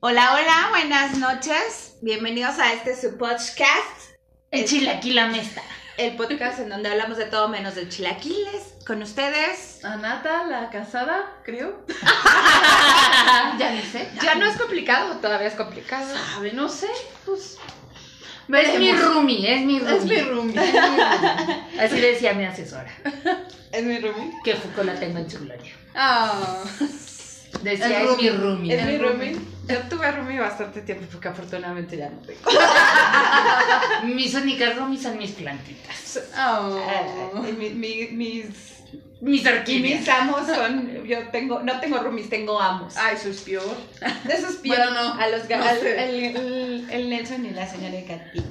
Hola, hola, buenas noches. Bienvenidos a este su podcast, El chilaquil la mesta. el podcast en donde hablamos de todo menos de chilaquiles. Con ustedes. Anata, la casada, creo. ya ni sé. Ya no es complicado, todavía es complicado. Sabe, no sé, pues. Es mi veremos. roomie, es mi roomie. Es mi roomie. es mi roomie. Así le decía mi asesora, ¿Es mi roomie? que Foucault la tengo en su gloria. Ah, Decía, El es roomie. mi roomie. ¿Es mi El roomie? Yo tuve roomie bastante tiempo porque afortunadamente ya no tengo. roomie. Mis únicas roomies son mis plantitas. Ah, y mi- mi- mis, Mis y mis orquídeas. amos son. Yo tengo, no tengo roomies, tengo amos. Ay, eso es peor. De esos pies. Ah, Bueno, no, a los ga- no al- sé. el, el- el Nelson y la señora Katy.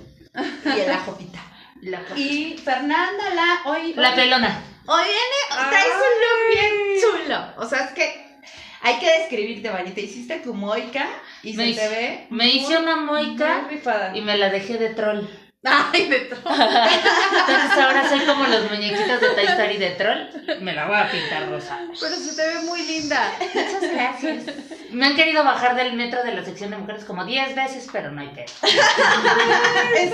Y el ajopita. La, Y Fernanda, la, hoy, la hoy- pelona. Hoy viene, traes un look bien chulo. O sea, es que hay que describirte, Vani. Te hiciste tu moica y Me se te hice- ve. Me hice una moica Muy rifada. y me la dejé de troll. Ay, de todo. Entonces ahora soy como los muñequitos de Toy Story de troll. Me la voy a pintar rosa. Pero se te ve muy linda. Muchas gracias. Me han querido bajar del metro de la sección de mujeres como 10 veces, pero no hay pedo. Es-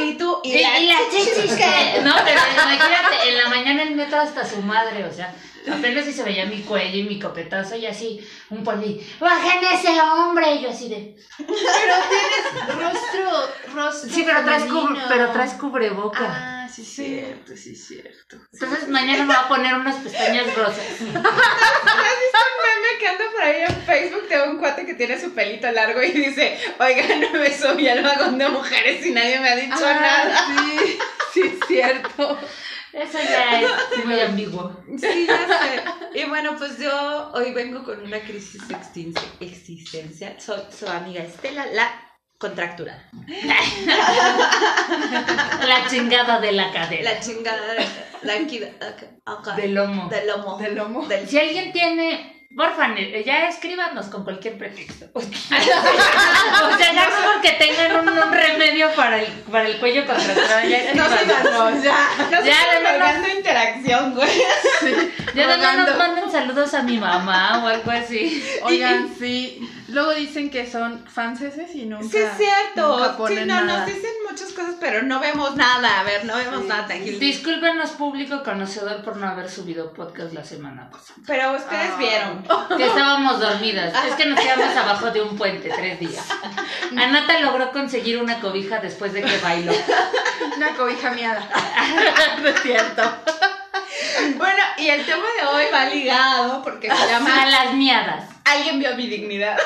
y tú, y, Y- la, y las chichis que- No, pero imagínate, en la mañana el metro hasta su madre, o sea, apenas si se veía mi cuello y mi copetazo y así, un poli, ¡bajen ese hombre! Y yo así de, Pero tienes rostro, rostro. sí, pero traes, femenino. cubre- pero traes cubreboca. Ah, sí, es cierto, sí, es cierto. Entonces mañana me voy a poner unas pestañas grosas. ¿Has visto un meme que anda por ahí en Facebook de un cuate que tiene su pelito largo y dice, oiga, no me subí al vagón de mujeres y nadie me ha dicho nada? Ah, Sí, sí, es cierto. Eso ya es muy ambiguo. Sí, ya sé. Y bueno, pues yo hoy vengo con una crisis extin- existencial. Soy su amiga Estela, la contracturada. La chingada de la cadera, La chingada de la aquí, de- acá, acá, del lomo. del lomo. Del lomo. Del- Si alguien tiene, porfa, ne- ya escríbanos con cualquier pretexto. O sea, ya no porque tengan un, un remedio para el, para el cuello contracturado, ya No se escríbanos. ganó, ya. No Ya, se no, no, no. interacción, güey. Ya también nos rogando. manden saludos a mi mamá o algo así. Oigan, sí. Luego dicen que son franceses y nunca. Sí, es cierto. nunca Sí, ponen no, nada. nos dicen muchas cosas, pero no vemos nada. A ver, no vemos Sí. nada tangible. Discúlpenos público conocedor por no haber subido podcast la semana pasada. Pero ustedes Ah. vieron. Que estábamos dormidas. Es que nos quedamos abajo de un puente tres días. Anata logró conseguir una cobija después de que bailó. Una cobija miada. No es cierto. Bueno, y el tema de hoy va ligado porque se A llama las miadas. Alguien vio mi dignidad.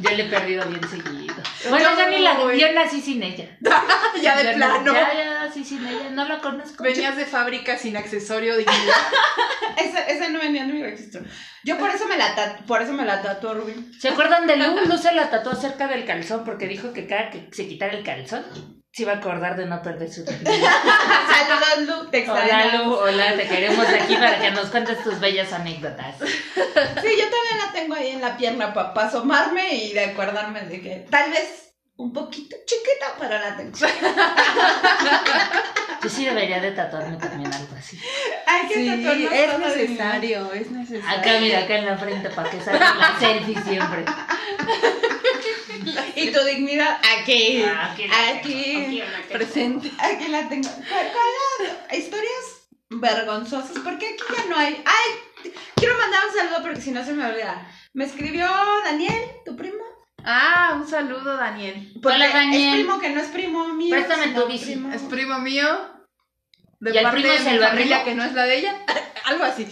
Yo le he perdido bien seguido. Bueno, yo ni la yo nací sin ella. ya de Yo no- plano. Ya, ya nací sin ella. No la conozco. Venías de fábrica sin accesorio dignidad. Esa, esa no venía en mi registro. Yo por eso me la, tat- por eso me la tatuó Rubén. ¿Se acuerdan de Lu? Lu se la tatuó cerca del calzón porque dijo que cada que se quitara el calzón se iba a acordar de no perder su dignidad. Saludos, Lu, te Hola extrañamos. Lu, hola, te queremos aquí para que nos cuentes tus bellas anécdotas. Sí, yo también la tengo ahí en la pierna para asomarme y de acordarme de que tal vez un poquito chiquita, pero la tengo. Yo sí debería de tatuarme también algo así. Hay que tatuarnos es todo el necesario, es necesario. Acá, mira, acá en la frente para que salga la selfie siempre. mundo. Y tu dignidad aquí. Ah, aquí la tengo, aquí aquí, la tengo. Presente. aquí la tengo. ¿Cuál- cuál la- Historias vergonzosas, porque aquí ya no hay. Ay, quiero mandar un saludo porque si no se me olvida. Me escribió Daniel, tu primo. Ah, un saludo, Daniel. Porque Hola, Daniel. Es primo que no es primo mío. Préstame sino tu bici. primo- Es primo mío. De ¿Y el parte primo de es mi el familia barrigo? que no es la de ella. Algo así.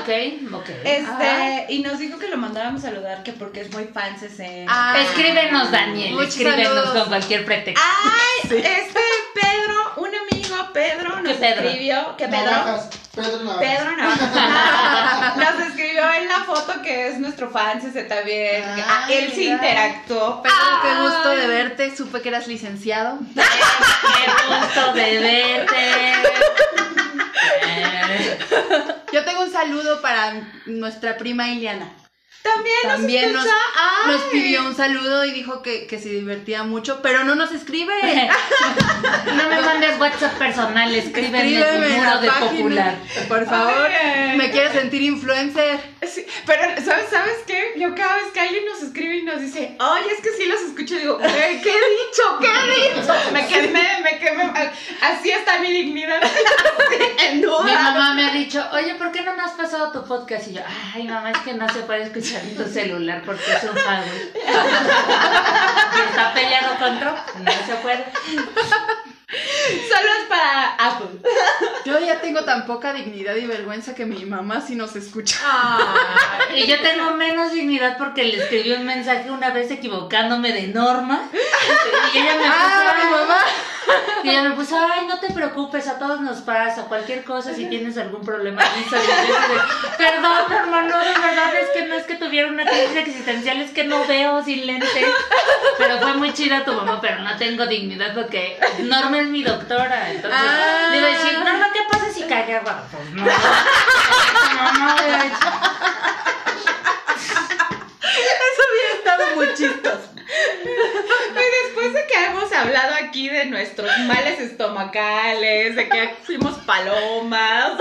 Ok, ok. Este, y nos dijo que lo mandáramos a saludar, que porque es muy fan ese. Ah, Escríbenos, Daniel. muchos Escríbenos saludos. con cualquier pretexto. Ay, este Pedro, un amigo Pedro nos ¿Qué Pedro? escribió, que Pedro, Navajas, Pedro Navajas. Pedro Navajas, nos escribió en la foto que es nuestro fan ese también. Ah, Ay, él sí mira. interactuó. Ah, Pedro, qué gusto de verte. Supe que eras licenciado. Qué gusto de verte. Eh, Yo tengo un saludo para nuestra prima Iliana. También, También nos nos, escucha. Ay. nos pidió un saludo y dijo que, que se divertía mucho, pero no nos escribe. No me mandes WhatsApp personal, escríbeme en tu Escríbeme en muro la de página, popular. Por favor, Oye. me quiero sentir influencer. Sí, pero ¿sabes, ¿sabes qué? Yo cada vez que alguien nos escribe y nos dice, oye, es que sí los escucho, digo, "Güey, ¿qué he dicho? ¿Qué he dicho? Me quemé, me quemé. Así está mi dignidad. en Mi duda. mamá me ha dicho, oye, ¿por qué no me has pasado tu podcast? Y yo, ay, mamá, es que no se puede escuchar en tu celular porque es un pago. está peleado contra, no se puede. Solo es para Apple. Yo ya tengo tan poca dignidad y vergüenza que mi mamá sí nos escucha. Y yo tengo menos dignidad porque le escribí un mensaje una vez equivocándome de norma. Y ella me puso, Ah, mi mamá. Y ella me puso, ay, no te preocupes, a todos nos pasa, cualquier cosa, si tienes algún problema, avísame". Y yo así de, Perdón, hermano, de verdad es que no es que tuviera una crisis existencial, es que no veo sin lentes. Pero fue muy chida tu mamá, pero no tengo dignidad porque Norma es mi doctora. Entonces, Ah. le iba a decir, Norma, ¿qué pasa si cagaba? Pues no. Mamá, de hecho. Eso hubiera estado muy chistoso. Y después de que hemos hablado aquí de nuestros males estomacales, de que fuimos palomas,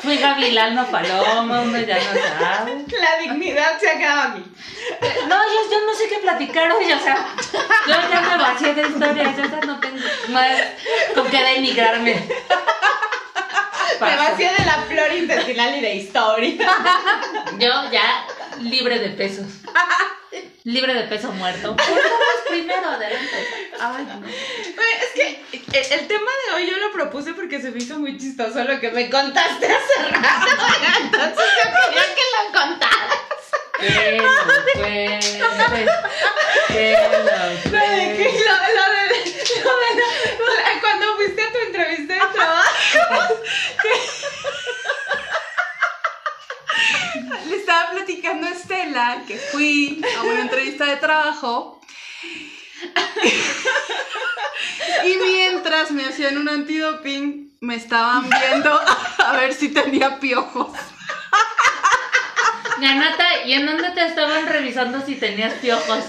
Fui Gavilán, no paloma, uno ya no sabe. la dignidad se acaba aquí. No, yo, yo no sé qué platicar hoy, o sea, yo ya me vacié de historias, yo ya no tengo más con qué denigrarme. Me Paso. vacié de la flor intestinal y de historia. Yo ya libre de pesos. Libre de peso muerto. Pues vamos primero, adelante. Ay, no. Güey, Es que el, el tema de hoy yo lo propuse porque se me hizo muy chistoso lo que me contaste hace rato. Entonces yo quería que lo contara. Qué pues, locuencia, qué Lo de que- locuencia. lo- lo de- lo de la- cuando fuiste a tu entrevista de trabajo. le estaba platicando a Estela que fui a una entrevista de trabajo y mientras me hacían un antidoping me estaban viendo a ver si tenía piojos. Nanata, ¿y en dónde te estaban revisando si tenías piojos?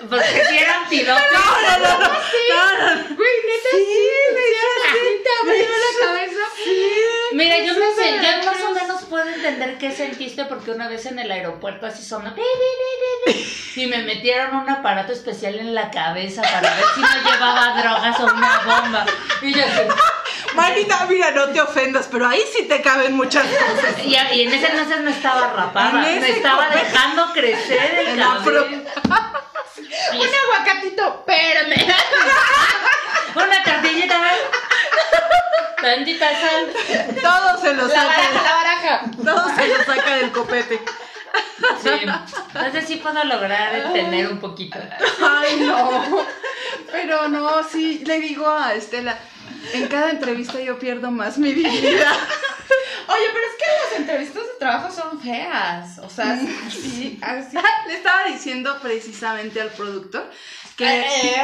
Porque si eran piropos. Güey, neta, sí, me hicieron así, te abrió la cabeza. Mira, yo no sé, yo más o menos puedo entender qué sentiste porque una vez en el aeropuerto así sonó y me metieron un aparato especial en la cabeza para ver si no llevaba drogas o una bomba. Y yo así, Manita, mira, no te ofendas, pero ahí sí te caben muchas cosas. y, a- y en ese entonces no estaba rapada, En me ese estaba momento- dejando crecer el El afro. cabello. Y Un aguacatito, perme. es- Una cartillita, tantita sal. Todo se lo La saca, baraja, la baraja. todo se lo saca del copete. Sí, entonces sí puedo lograr entender un poquito. Ay, no. Pero no, sí, le digo a Estela, en cada entrevista yo pierdo más mi dignidad. Oye, pero es que las entrevistas de trabajo son feas. O sea, sí, así. Le estaba diciendo precisamente al productor que Eh,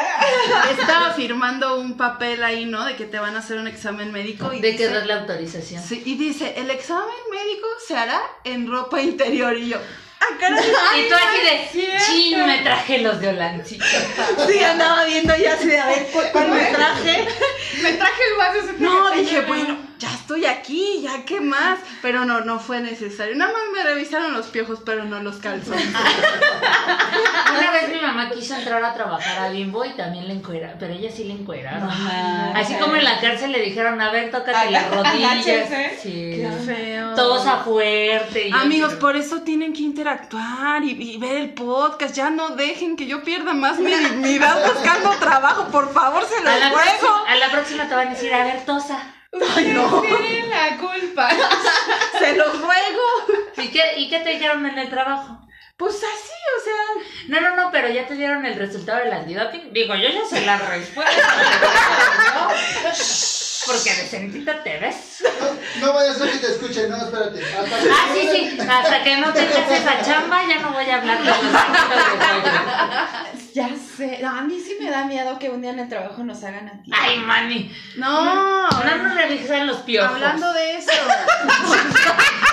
estaba firmando un papel ahí, ¿no? De que te van a hacer un examen médico y De que dice, das la autorización. Sí, y dice, el examen médico se hará en ropa interior y yo. "Ah, caray". Y tú así de, cierto. chin, me traje los de Olancito. Sí, andaba viendo ya así de a ver cu- cuál me traje. Me traje el vaso. ese No, que te dije, llevé. bueno, ya estoy aquí, ya qué más. Pero no, no fue necesario. Nada más me revisaron los piojos, pero no los calzones. Una vez mi mamá quiso entrar a trabajar a Bimbo y también le encueraron, pero ella sí le encueraron. Así como en la cárcel le dijeron, a ver, tócate las rodillas. Agáchense. Sí. Qué feo. Tosa fuerte. y yo Amigos, así, por eso tienen que interactuar y, y ver el podcast. Ya no dejen que yo pierda más mi dignidad buscando trabajo. Por favor, se lo a la, ruego. próxima, a la próxima te van a decir, a ver, tosa. Ay, no. Tienen la culpa. Se lo ruego. ¿Y qué, ¿Y qué te dijeron en el trabajo? Pues así, o sea. No, no, no, pero ya te dieron el resultado del antidoping. Digo, yo ya sé la respuesta. ¿no? Porque decentita te ves. No vaya a ser que te escuchen, no, espérate. Hasta que Ah, sí, sí, hasta que no tengas esa chamba ya no voy a hablar de los taquitos de pollo. Ya sé. No, a mí sí me da miedo que un día en el trabajo nos hagan a ti. Ay, mani, No. no nos revisan los piojos. Hablando de eso.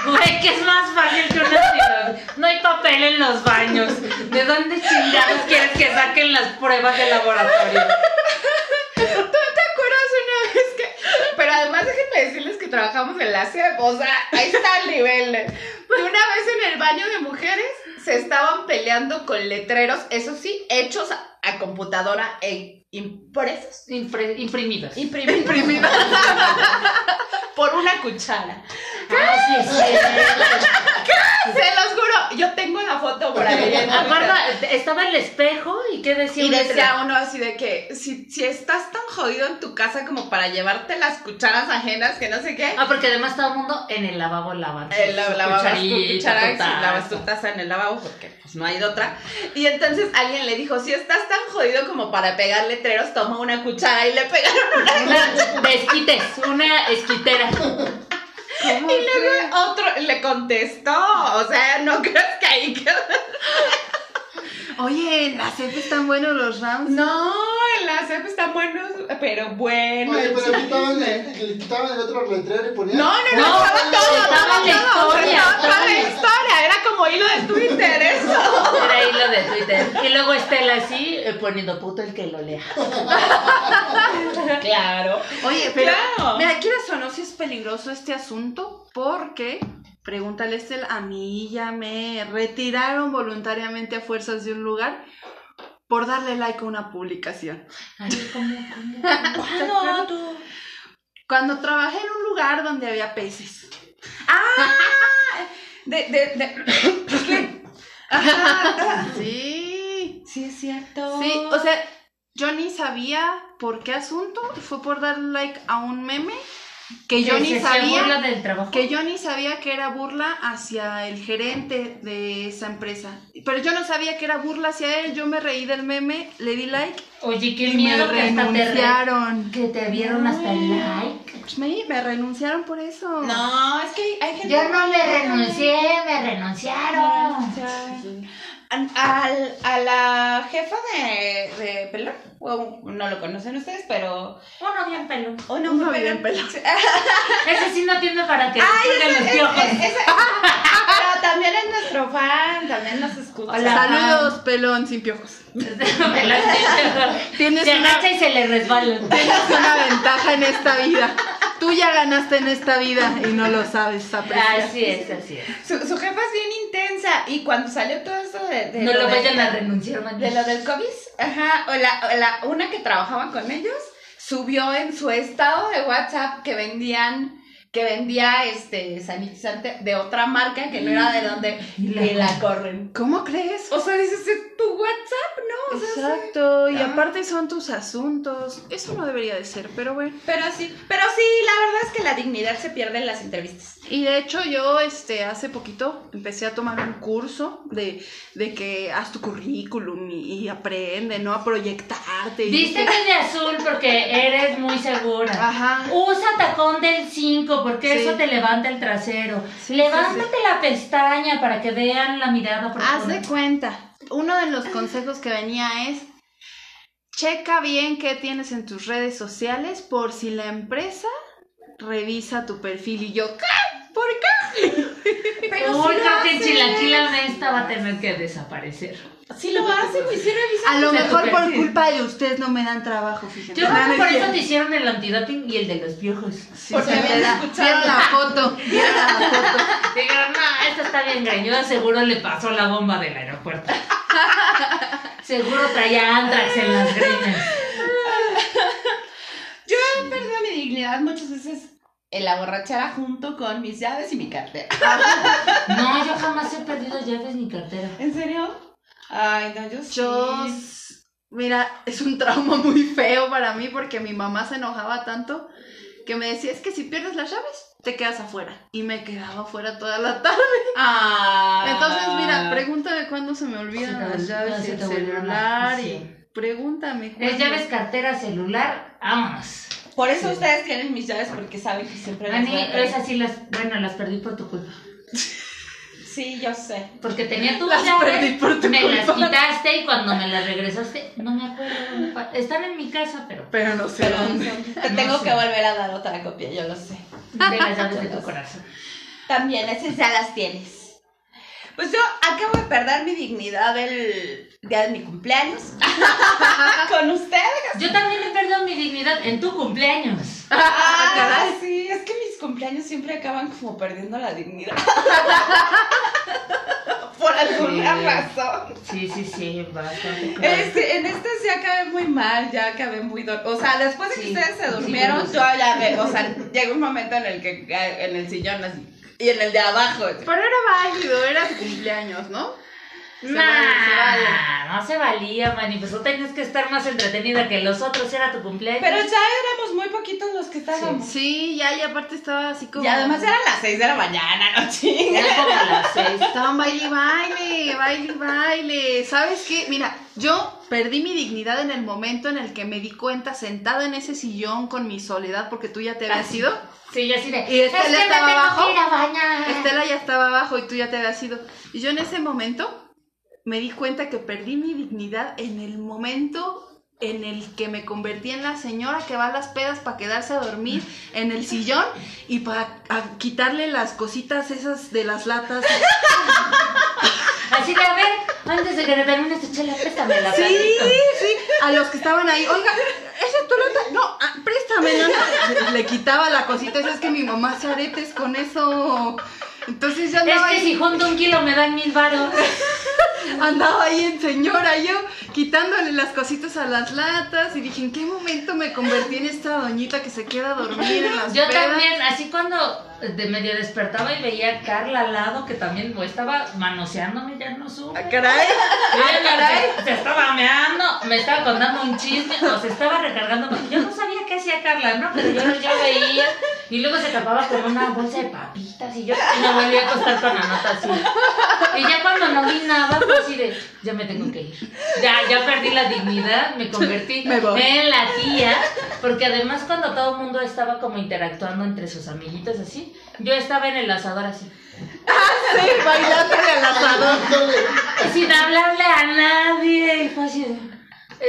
Güey, que es más fácil que una ciudad. No hay papel en los baños. ¿De dónde chingados quieres que saquen las pruebas de laboratorio? ¿Tú te acuerdas una vez que.? Pero además déjenme decirles que trabajamos en la CEP, o sea, ahí está el nivel. De una vez en el baño de mujeres se estaban peleando con letreros, eso sí, hechos a, a computadora e impresos. Impre- imprimidas. Imprimidos. Por una cuchara. Ah, sí, sí. Se los juro, yo tengo la foto por ahí. en Twitter. Aparte, estaba el espejo y qué decía Y un letrero? decía uno así de que si, si estás tan jodido en tu casa como para llevarte las cucharas ajenas que no sé qué, Ah, porque además todo el mundo en el lavabo lavando. eh, la- su lavabas tu cucharita, cuchara y si taza. lavas tu taza en el lavabo porque pues no hay de otra. Y entonces alguien le dijo, si estás tan jodido como para pegar letreros, toma una cuchara y le pegaron. Una de esquites, una esquitera. ¿Cómo Y crees? luego otro le contestó, o sea, no creas que ahí quedó. Oye, en la CEP están buenos los rounds. No, en la CEP están buenos, pero bueno. Oye, pero quitaban, el- le quitaban el otro letrero y ponían. No, no, no, No, estaba todo, estaba estaba la todo, historia, estaba estaba la la- historia, era como hilo de Twitter eso. Era hilo de Twitter. Y luego Estela así, eh, poniendo puto el que lo lea. Claro. Oye, pero Claro. mira, quieras o no, si es peligroso este asunto, porque, pregúntale Estel, a mí ya me retiraron voluntariamente a fuerzas de un lugar por darle like a una publicación. Cuando trabajé en un lugar donde había peces. De, de, de. Sí. Sí, es cierto. Sí, o sea, yo ni sabía por qué asunto, fue por darle like a un meme que yo ni sabía. burla del trabajo. Que yo ni sabía que era burla hacia el gerente de esa empresa. Pero yo no sabía que era burla hacia él. Yo me reí del meme, le di like Oye, qué y miedo me que hasta te re- renunciaron. que te vieron hasta el like. Pues Me, me renunciaron por eso. No, es que hay gente. Yo no me renuncié, me renunciaron. Al, al- a la jefa de, de Pelón, o no lo conocen ustedes, pero. Uno bien pelón. Oh, no, Uno muy bien Pelón. Ese sí no tiene para que le salgan los piojos. Ah, Pero también es nuestro fan, también nos escucha. Hola. Saludos, ah. pelón sin piojos. Me lo han dicho. Tienes Se una, agacha y se le resbala. tienes una ventaja en esta vida. Tú ya ganaste en esta vida y no lo sabes apreciar. Así es, así es. Su, su jefa es bien intensa y cuando salió todo esto de. de No lo de- vayan a renunciar, man. De lo del COVID, ajá, o la, o la- una que trabajaba con ellos subió en su estado de WhatsApp que vendían que vendía este sanitizante de otra marca que no era de donde Y la Mm. y la corren. ¿Cómo crees? O sea, dices, "¿Es tu WhatsApp, ¿no? O sea, sí. Exacto, y Ah. aparte son tus asuntos. Eso no debería de ser, pero bueno. Pero sí, pero sí, la verdad es que la dignidad se pierde en las entrevistas. Y de hecho yo este hace poquito empecé a tomar un curso de, de que haz tu currículum y, y aprende, ¿no? A proyectarte. y Vístete de azul porque eres muy segura. Ajá. Usa tacón del 5 porque Sí. eso te levanta el trasero. Sí, Ah, Levántate la pestaña para que vean la mirada Haz profunda. de cuenta. Uno de los consejos que venía es checa bien qué tienes en tus redes sociales por si la empresa revisa tu perfil y yo ¿qué? ¿Por qué? Uy, creo que Chilaquila Mesta va a tener que desaparecer. Sí lo hacen, me hicieron A lo tu mejor por perfil. culpa de ustedes no me dan trabajo, fíjense. Yo creo No, que no por es eso cierto. te hicieron el antidoping y el de los piojos. Sí, Porque sí, habían ¿verdad? escuchado. Vieron la foto. Vieron la foto. Dijeron, no, esta está bien greñuda, seguro le pasó la bomba del aeropuerto. seguro traía antrax en las greñas. Yo he perdido mi dignidad muchas veces en la borrachera junto con mis llaves y mi cartera. No, yo jamás he perdido llaves ni cartera. ¿En serio? Ay, no, yo sí. Yo, s- mira, es un trauma muy feo para mí porque mi mamá se enojaba tanto que me decía, es que si pierdes las llaves, te quedas afuera. Y me quedaba afuera toda la tarde. Ah. Entonces, mira, pregúntame cuándo se me olvidan Se te- las llaves se y el te olvidó la- celular. sí. Y pregúntame Es cuándo. llaves, cartera, celular, vámonos. Por eso ustedes tienen mis llaves porque saben que siempre A las mí, voy a es perder. así, las, bueno, las perdí por tu culpa. Sí, yo sé. Porque tenía tus Las llaves, perdí por tu me las culpa. quitaste y cuando me las regresaste, no me acuerdo. dónde fue. Están en mi casa, pero Pero no sé Pero dónde. te No tengo sé. que volver a dar otra copia, yo lo sé. de las llaves de tu corazón. También esas ya las tienes. Pues yo acabo de perder mi dignidad el día de mi cumpleaños. Con ustedes. Yo también he perdido mi dignidad en tu cumpleaños. caray. sí, es que mis cumpleaños siempre acaban como perdiendo la dignidad. Por alguna Sí. razón. Sí, sí, sí, bastante. claro. Este, en este sí acabé muy mal, ya acabé muy dor- O sea, después de que Sí, ustedes se sí, durmieron, sí. yo ya me, o sea, llegó un momento en el que eh, en el sillón así, y en el de abajo. así. Pero era válido, era tu cumpleaños, ¿no? Nah, no se valía, Manny. Pues tú tenías que estar más entretenida que los otros. Era tu cumpleaños. Pero ya éramos muy poquitos los que estábamos. Sí, ya, y aparte estaba así como. Y además eran las 6 de la mañana, no chingas. Era como a las seis. Estaban baile y baile, baile y baile. ¿Sabes qué? Mira, yo perdí mi dignidad en el momento en el que me di cuenta sentada en ese sillón con mi soledad porque tú ya te habías ido. Sí, yo así de. ¿Y Estela me estaba tengo abajo? que Este- ir a bañar". Estela ya estaba abajo y tú ya te habías ido. Y yo en ese momento me di cuenta que perdí mi dignidad en el momento en el que me convertí en la señora que va a las pedas para quedarse a dormir en el sillón y para quitarle las cositas esas de las latas. Así de, a ver, antes de que me termine esta chela, préstame la Sí, sí, a los que estaban ahí, oiga, esa es tu lata, no, ah, préstame, no, no. Le- le quitaba la cosita, esa es que mi mamá hace aretes con eso. Entonces yo Es andaba que ahí. si junto un kilo me dan mil varos. Andaba ahí en señora yo, quitándole las cositas a las latas y dije, ¿en qué momento me convertí en esta doñita que se queda a dormir en las Yo pedas? también, así cuando de medio despertaba y veía a Carla al lado, que también pues, estaba manoseándome, ya no supe. Ah, caray. Ella Se, se estaba meando, me estaba contando un chisme, o se estaba recargando. porque Yo no sabía qué hacía Carla, ¿no? Pero yo ya veía. Y luego se tapaba con una bolsa de papitas y yo y me volví a acostar con la nota así. Y ya cuando no vi nada, fue así de, ya me tengo que ir. Ya, ya perdí la dignidad, me convertí Me voy. en la tía. Porque además cuando todo el mundo estaba como interactuando entre sus amiguitos así, yo estaba en el asador así. Bailando en el asador. Dándole. Sin hablarle a nadie. Y fue así de,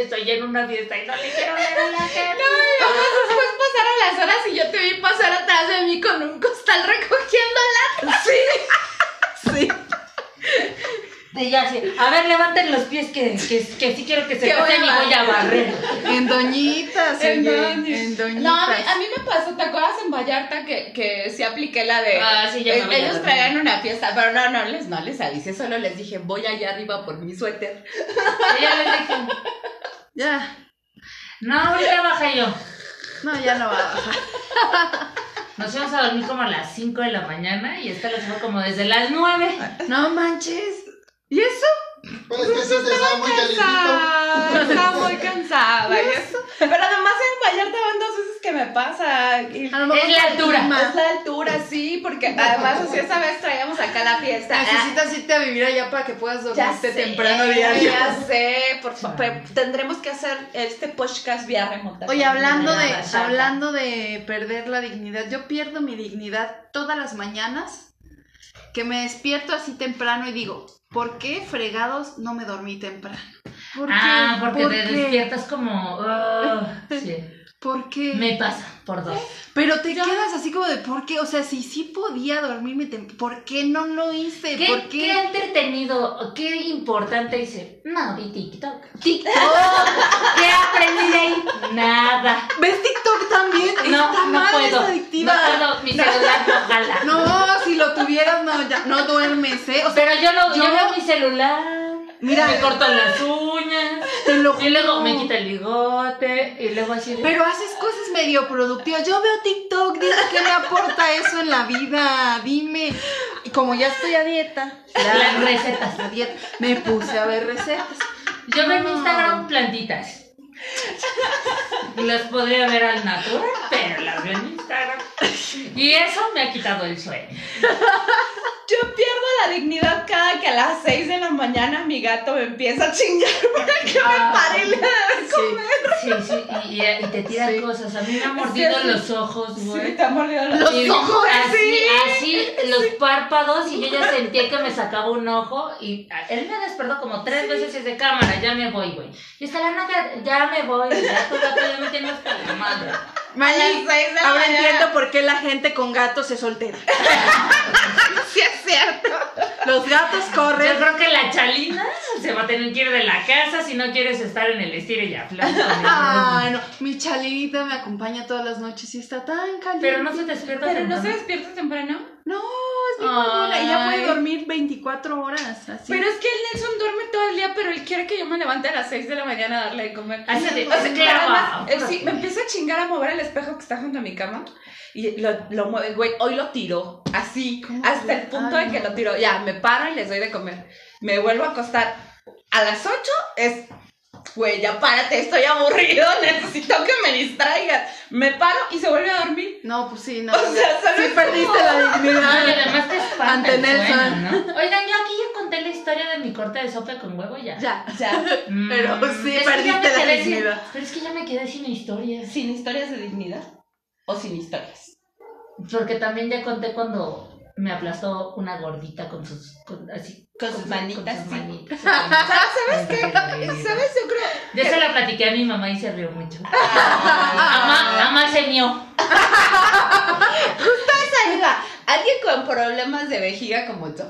Estoy en una fiesta y no le quiero ver a la gente. Después pues, pasaron las horas y yo te vi pasar atrás de mí con un costal recogiendo latas. Sí. Sí. Y yo así, a ver, levanten los pies que, que, que sí quiero que se Que voy a casen y voy a barrer. En doñitas, oye, en, doñitas. No, a mí, a mí me pasó, ¿te acuerdas en Vallarta que, que sí apliqué la de... Ah, sí, ya me Eh, voy a ellos dormir. traían una fiesta, pero no, no les, no les avisé, solo les dije, voy allá arriba por mi suéter. Y ya les dije, Ya, no, ahorita baja yo. no, ya no va a bajar. Nos íbamos a dormir como a las 5 de la mañana y esta la fue como desde las 9. No manches. ¿Y eso? Pero Pues es que eso te estaba muy calentito. Ah, estaba muy cansada. y eso. Pero además en Vallarta van dos veces que me pasa. y- A lo mejor Es la por altura. clima. Es la altura, sí, porque además así esa vez traíamos acá la fiesta. Ah, Necesitas irte a vivir allá para que puedas ya dormirte sé, temprano diario. Ya sé, por fa- pe- tendremos que hacer este podcast vía remota. Oye, hablando de, Nada, chata. hablando de perder la dignidad, yo pierdo mi dignidad todas las mañanas que me despierto así temprano y digo, ¿por qué fregados no me dormí temprano? ¿Por Ah, porque ¿Por te qué? despiertas como. "Ah", sí. ¿Por qué? Me pasa, por dos. Pero te quedas así como de, ¿por qué? O sea, si sí podía dormirme temprano, ¿por qué no lo hice? ¿Qué, ¿Por qué? entretenido, qué importante hice? No, vi TikTok. TikTok. ¿Qué aprendí de ahí? Nada. ¿Ves TikTok también? No, Está no mal, puedo. es adictiva. No puedo, mi celular no jala. No, si lo tuvieras, no, ya, no duermes, ¿eh? O sea, Pero yo, lo, yo, Yo- veo mi celular. Mira. Me corto las uñas. te lo Y luego juro. me quita el bigote. Y luego así. de- Pero haces cosas medio productivas. Yo veo TikTok, dime qué me aporta eso en la vida, dime. Y como ya estoy a dieta, Las recetas. a dieta, me puse a ver recetas. Yo veo en No. Instagram plantitas. Las podría ver al natural, pero las veo en Instagram. Y eso me ha quitado el sueño. Yo pierdo la dignidad cada que a las 6 de la mañana mi gato me empieza a chingar para que Ah. me pare y le dé de comer. Sí, sí, y, y- y te tiran Sí. cosas. A mí me han mordido así- los ojos, Sí, güey. te ha mordido la- Y ojos, así, así, los párpados, y yo ya sentía que me sacaba un ojo, y a- él me despertó como tres veces desde cámara, ya me voy, güey. Y está la nada, ya me voy, ya tu gato ya me tiene hasta la madre. Mari, A las seis de la ahora mañana. entiendo por qué la gente con gatos es soltera. Sí, es cierto. Lo Los gatos Yo corren. creo que la chalina se va a tener que ir de la casa si no quieres estar en el estilo y afloja. Ay, no. Mi chalita me acompaña todas las noches y está tan caliente. Pero no se despierta Pero no temprano. se despierta temprano. No, es mi hormona. Ella Ay. puede dormir 24 horas. Así. Pero es que el Nelson duerme todo el día, pero él quiere que yo me levante a las 6 de la mañana a darle de comer. Así de, o sea, que clava. además, él eh, sí, me empieza a chingar a mover el espejo que está junto a mi cama. Y lo, lo mueve, güey, hoy lo tiró, así, ¿Cómo hasta que? el punto Ay, de que no. lo tiró. Ya, me paro y les doy de comer. Me vuelvo a acostar. A las 8 es, güey, ya párate, estoy aburrido, necesito que me distraigas. Me paro y se vuelve a dormir. No, pues sí, no. O sea, solo sí es perdiste la No, y dignidad. además te espanta Ante el Nelson. sueño, ¿no? Oigan, yo aquí ya conté la historia de mi corte de sopa con huevo ya. Ya. Ya, Mm, Pero sí, es que ya me perdiste la quedé sin- dignidad. Pero es que ya me quedé sin historias. sin historias de dignidad o sin historias. Porque también ya conté cuando me aplastó una gordita con sus. con- así, Con sus manitas, sí. manitas. ¿Sabes qué? ¿Sabes? Yo creo. Yo se la platiqué a mi mamá y se rió mucho. Mamá, mamá se mió. Esa iba. Alguien con problemas de vejiga como yo.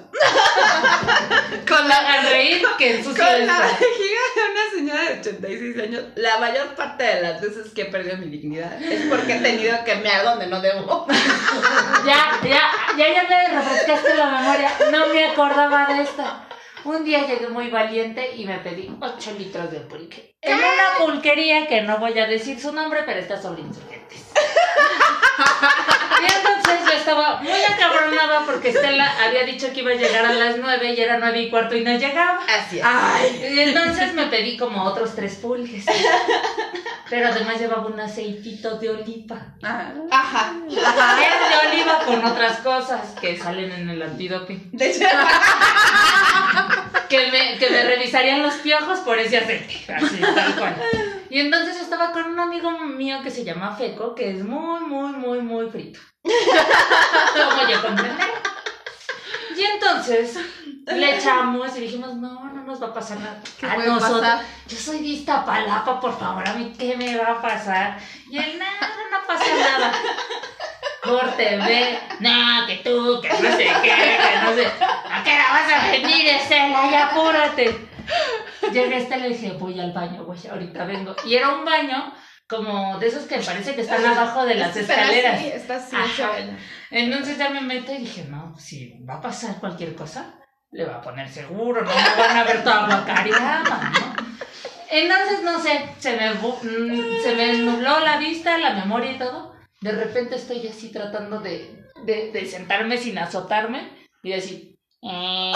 Con la a reír que ensució Con la esto. vejiga de una señora de 86 años, la mayor parte de las veces que he perdido mi dignidad es porque he tenido que me hago donde no debo. Ya, ya, ya, ya me refrescaste la memoria. No me acordaba de esto. Un día llegué muy valiente y me pedí 8 litros de pulque. En una pulquería que no voy a decir su nombre, pero está sobre insurgentes. Y entonces yo estaba muy acabronada porque Estela había dicho que iba a llegar a las 9 y era 9 y cuarto y no llegaba. Así es. Ay, Y entonces me pedí como otros tres pulques. Pero además llevaba un aceitito de oliva. Ajá. Es de oliva con otras cosas que salen en el antidoping. De hecho, Que me, que me revisarían los piojos por ese aceite. Así, tal cual. Y entonces estaba con un amigo mío que se llama Feco, que es muy, muy, muy, muy frito. Como yo comprenderé. Y entonces le echamos y dijimos, no, no nos va a pasar nada. ¿qué a puede nosotros. pasar? Yo soy de Iztapalapa, por favor, a mí qué me va a pasar. Y él, nada, no pasa nada. Corte, ve. No, que tú, que no sé qué, que no sé. ¿A qué hora vas a venir, Estela? Ya apúrate. Llegué a Estela y dije, voy al baño, voy, ahorita vengo. Y era un baño como de esos que parece que están abajo de las escaleras. Sí, está así, Ajá. chaval. Entonces ya me meto y dije, no, si va a pasar cualquier cosa, le va a poner seguro, no me van a ver toda guacareada, ¿no? Entonces, no sé, se me, bu- mm, se me nubló la vista, la memoria y todo. De repente estoy así tratando de, de, de sentarme sin azotarme y decir... "Eh".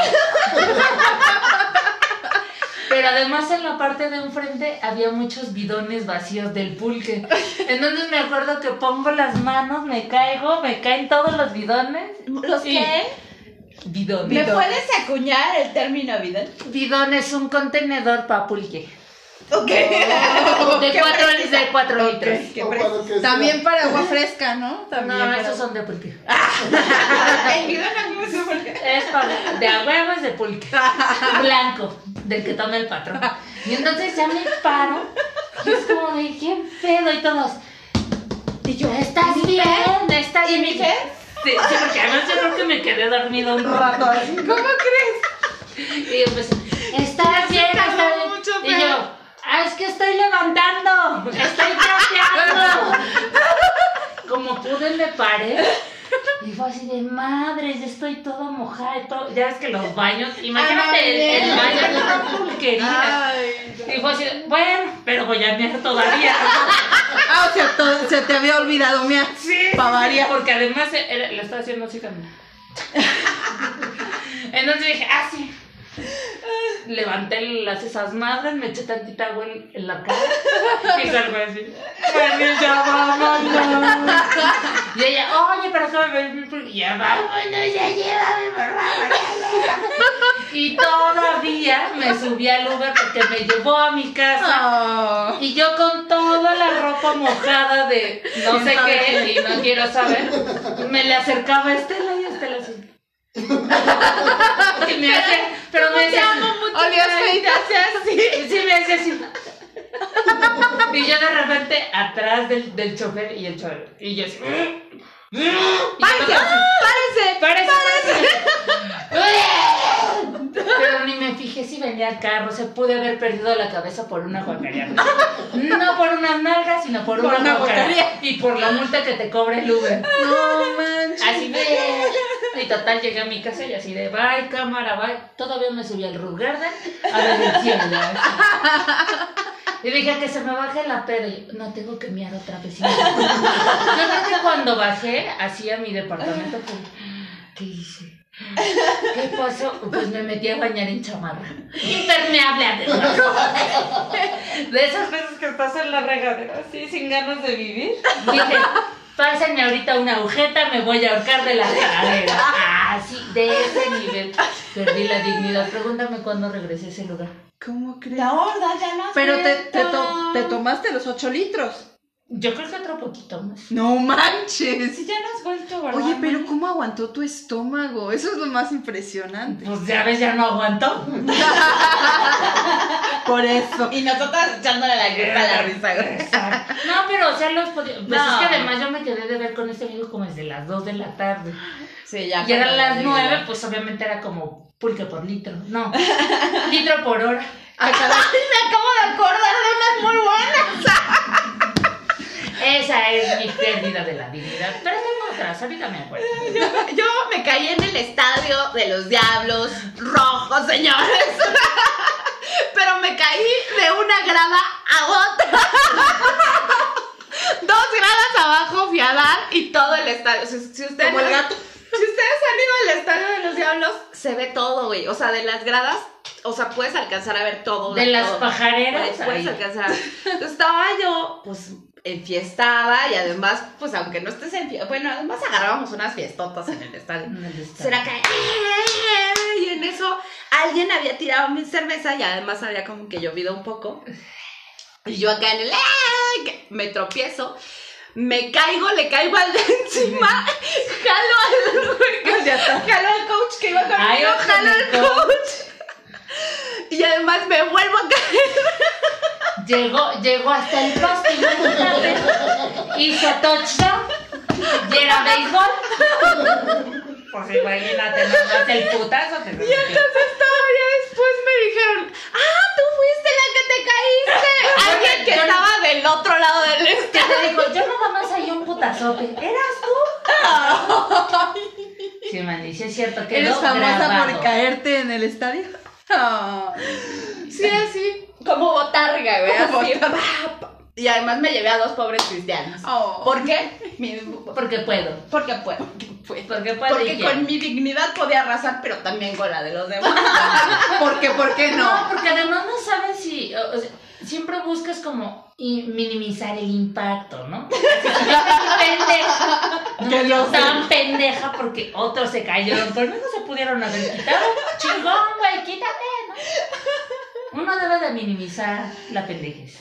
Pero además en la parte de enfrente había muchos bidones vacíos del pulque. Entonces me acuerdo que pongo las manos, me caigo, me caen todos los bidones. ¿Los Sí. qué? Bidón. ¿Me puedes acuñar el término vida? Bidón es un contenedor para pulque. Ok. Oh, De cuatro, de cuatro litros. O para lo que sea. También para agua fresca, ¿no? También. No, para- esos son de pulque. Ah. El video no me sé por qué. Es para, de a huevo es de pulque. Blanco, del que toma el patrón. Y entonces ya me paro. Y es como de, ¿qué pedo? Y todos, Y yo, ¿estás bien? ¿Estás ¿Y bien? mi qué? Sí, sí, porque además yo creo que me quedé dormida un rato. así. ¿Cómo crees? Y yo empecé, ¿estás bien? tardó ¿Estás bien?". mucho, Y pero- yo, "Ah, es que estoy levantando, estoy trapeando. Como pude me paré. Y fue así de madres, ya estoy toda mojada y todo. Ya ves que los baños, imagínate el, el baño de una pulquería. Ay. Y fue así de, bueno, pero pues voy a mear todavía. Ah, o sea, todo- se te había olvidado, mira. Sí. Pa' variar. Porque además era- lo estaba haciendo así también. Entonces dije, ah, sí. Levanté las esas madres, me eché tantita agua en, en la cara y salgo así. "Mami, ya vámonos". Y ella, oye, pero ¿cómo me Ya vámonos, ya llévame, por favor. ya llévame". Y todavía me subí al Uber porque me llevó a mi casa. Oh. Y yo con toda la ropa mojada de no sé qué y no quiero saber, me le acercaba a Estela y Estela así. Y me hace, pero me decía, Olías feita, así. y sí me hace así. Y yo de repente atrás del, del chofer y el chofer. Y yo así. Y yo, ¡Párese! Parece, parece. si venía al carro, se pude haber perdido la cabeza por una guacareada. No por unas nalgas, sino por, una, una guacareada. Y por la multa que te cobre el Uber. No manches. Así de. Y total, llegué a mi casa y así de, bye, cámara, bye. Todavía me subí al Roof Garden a ver el cielo. Y dije que se me baje la peda. Y yo, no tengo que miar otra vez. Yo creo que cuando bajé así a mi departamento, pues, ¿qué hice? ¿Qué pasó? Pues me metí a bañar en chamarra. Impermeable además. De esas veces que estás en la regadera así, sin ganas de vivir. Dije, pásenme ahorita una agujeta, me voy a ahorcar de la regadera. Así, de ese nivel. Perdí la dignidad. Pregúntame cuándo regresé a ese lugar. ¿Cómo crees? La horda ya no Pero te, te, acepta. to- te tomaste los 8 litros. Yo creo que otro poquito más. No manches. Sí, ya no has vuelto, ¿verdad? Oye, pero ¿cómo aguantó tu estómago? Eso es lo más impresionante. Pues ya ves, ya no aguanto. Por eso. Y nosotras echándole la gripa a la risa. güey. No, pero o sea, los podía. Pues No. es que además yo me quedé de ver con este video como desde las 2 de la tarde. Sí, ya. Y eran cuando las llegué. 9, pues obviamente era como pulque por litro. No, litro por hora. Me acabo de acordar de unas muy buenas. Esa es mi pérdida de la dignidad. Pero tengo otras, ahorita me acuerdo. Yo me caí en el estadio de los diablos rojos, señores. Pero me caí de una grada a otra. Dos gradas abajo fui a dar y todo el estadio. Si, si ustedes- Como el gato. Si ustedes han ido al estadio de los diablos, se ve todo, güey. O sea, de las gradas, o sea, puedes alcanzar a ver todo. De las todo. pajareras. Puedes, puedes ahí. alcanzar. Entonces, estaba yo, pues, enfiestada y además, pues, aunque no estés en bueno, además agarrábamos unas fiestotas en el estadio. ¿Dónde está? Será que "Eh, y en eso alguien había tirado mi cerveza y además había como que llovido un poco. Y yo acá en el ¡ay! que me tropiezo, me caigo, le caigo al de encima, jalo al jalo al coach que iba conmigo, Ay, ojo, jalo al el coach. coach. Y además me vuelvo a caer. Llegó, llegó hasta el poste, imagínate. Hizo touchdown. Y era béisbol. Pues imagínate, nada más el putazo te metió. Entonces todavía después me dijeron, ah, tú fuiste la que te caíste. Alguien que Yo no- estaba del otro lado del Que te dijo, yo nada más hay un putazote. ¿Eras tú? Sí, man, y sí es cierto que ¿Eres famosa por grabado. caerte en el estadio? Ah. Sí, así. Como botarga, güey. así, pa, pa. Y además me llevé a dos pobres cristianos. Oh. ¿Por qué? Mi- Porque puedo. Porque puedo. Porque puedo. y Porque quiero. con mi dignidad podía arrasar, pero también con la de los demás. ¿Por qué? ¿Por qué no? No, porque además no sabes si. o- o sea, siempre buscas como i- minimizar el impacto, ¿no? Pendeja. No Que yo no sé. tan pendeja porque otros se cayeron, pero no se pudieron haber quitado. Chingón, güey, quítate, ¿no? Uno debe de minimizar la pendejez.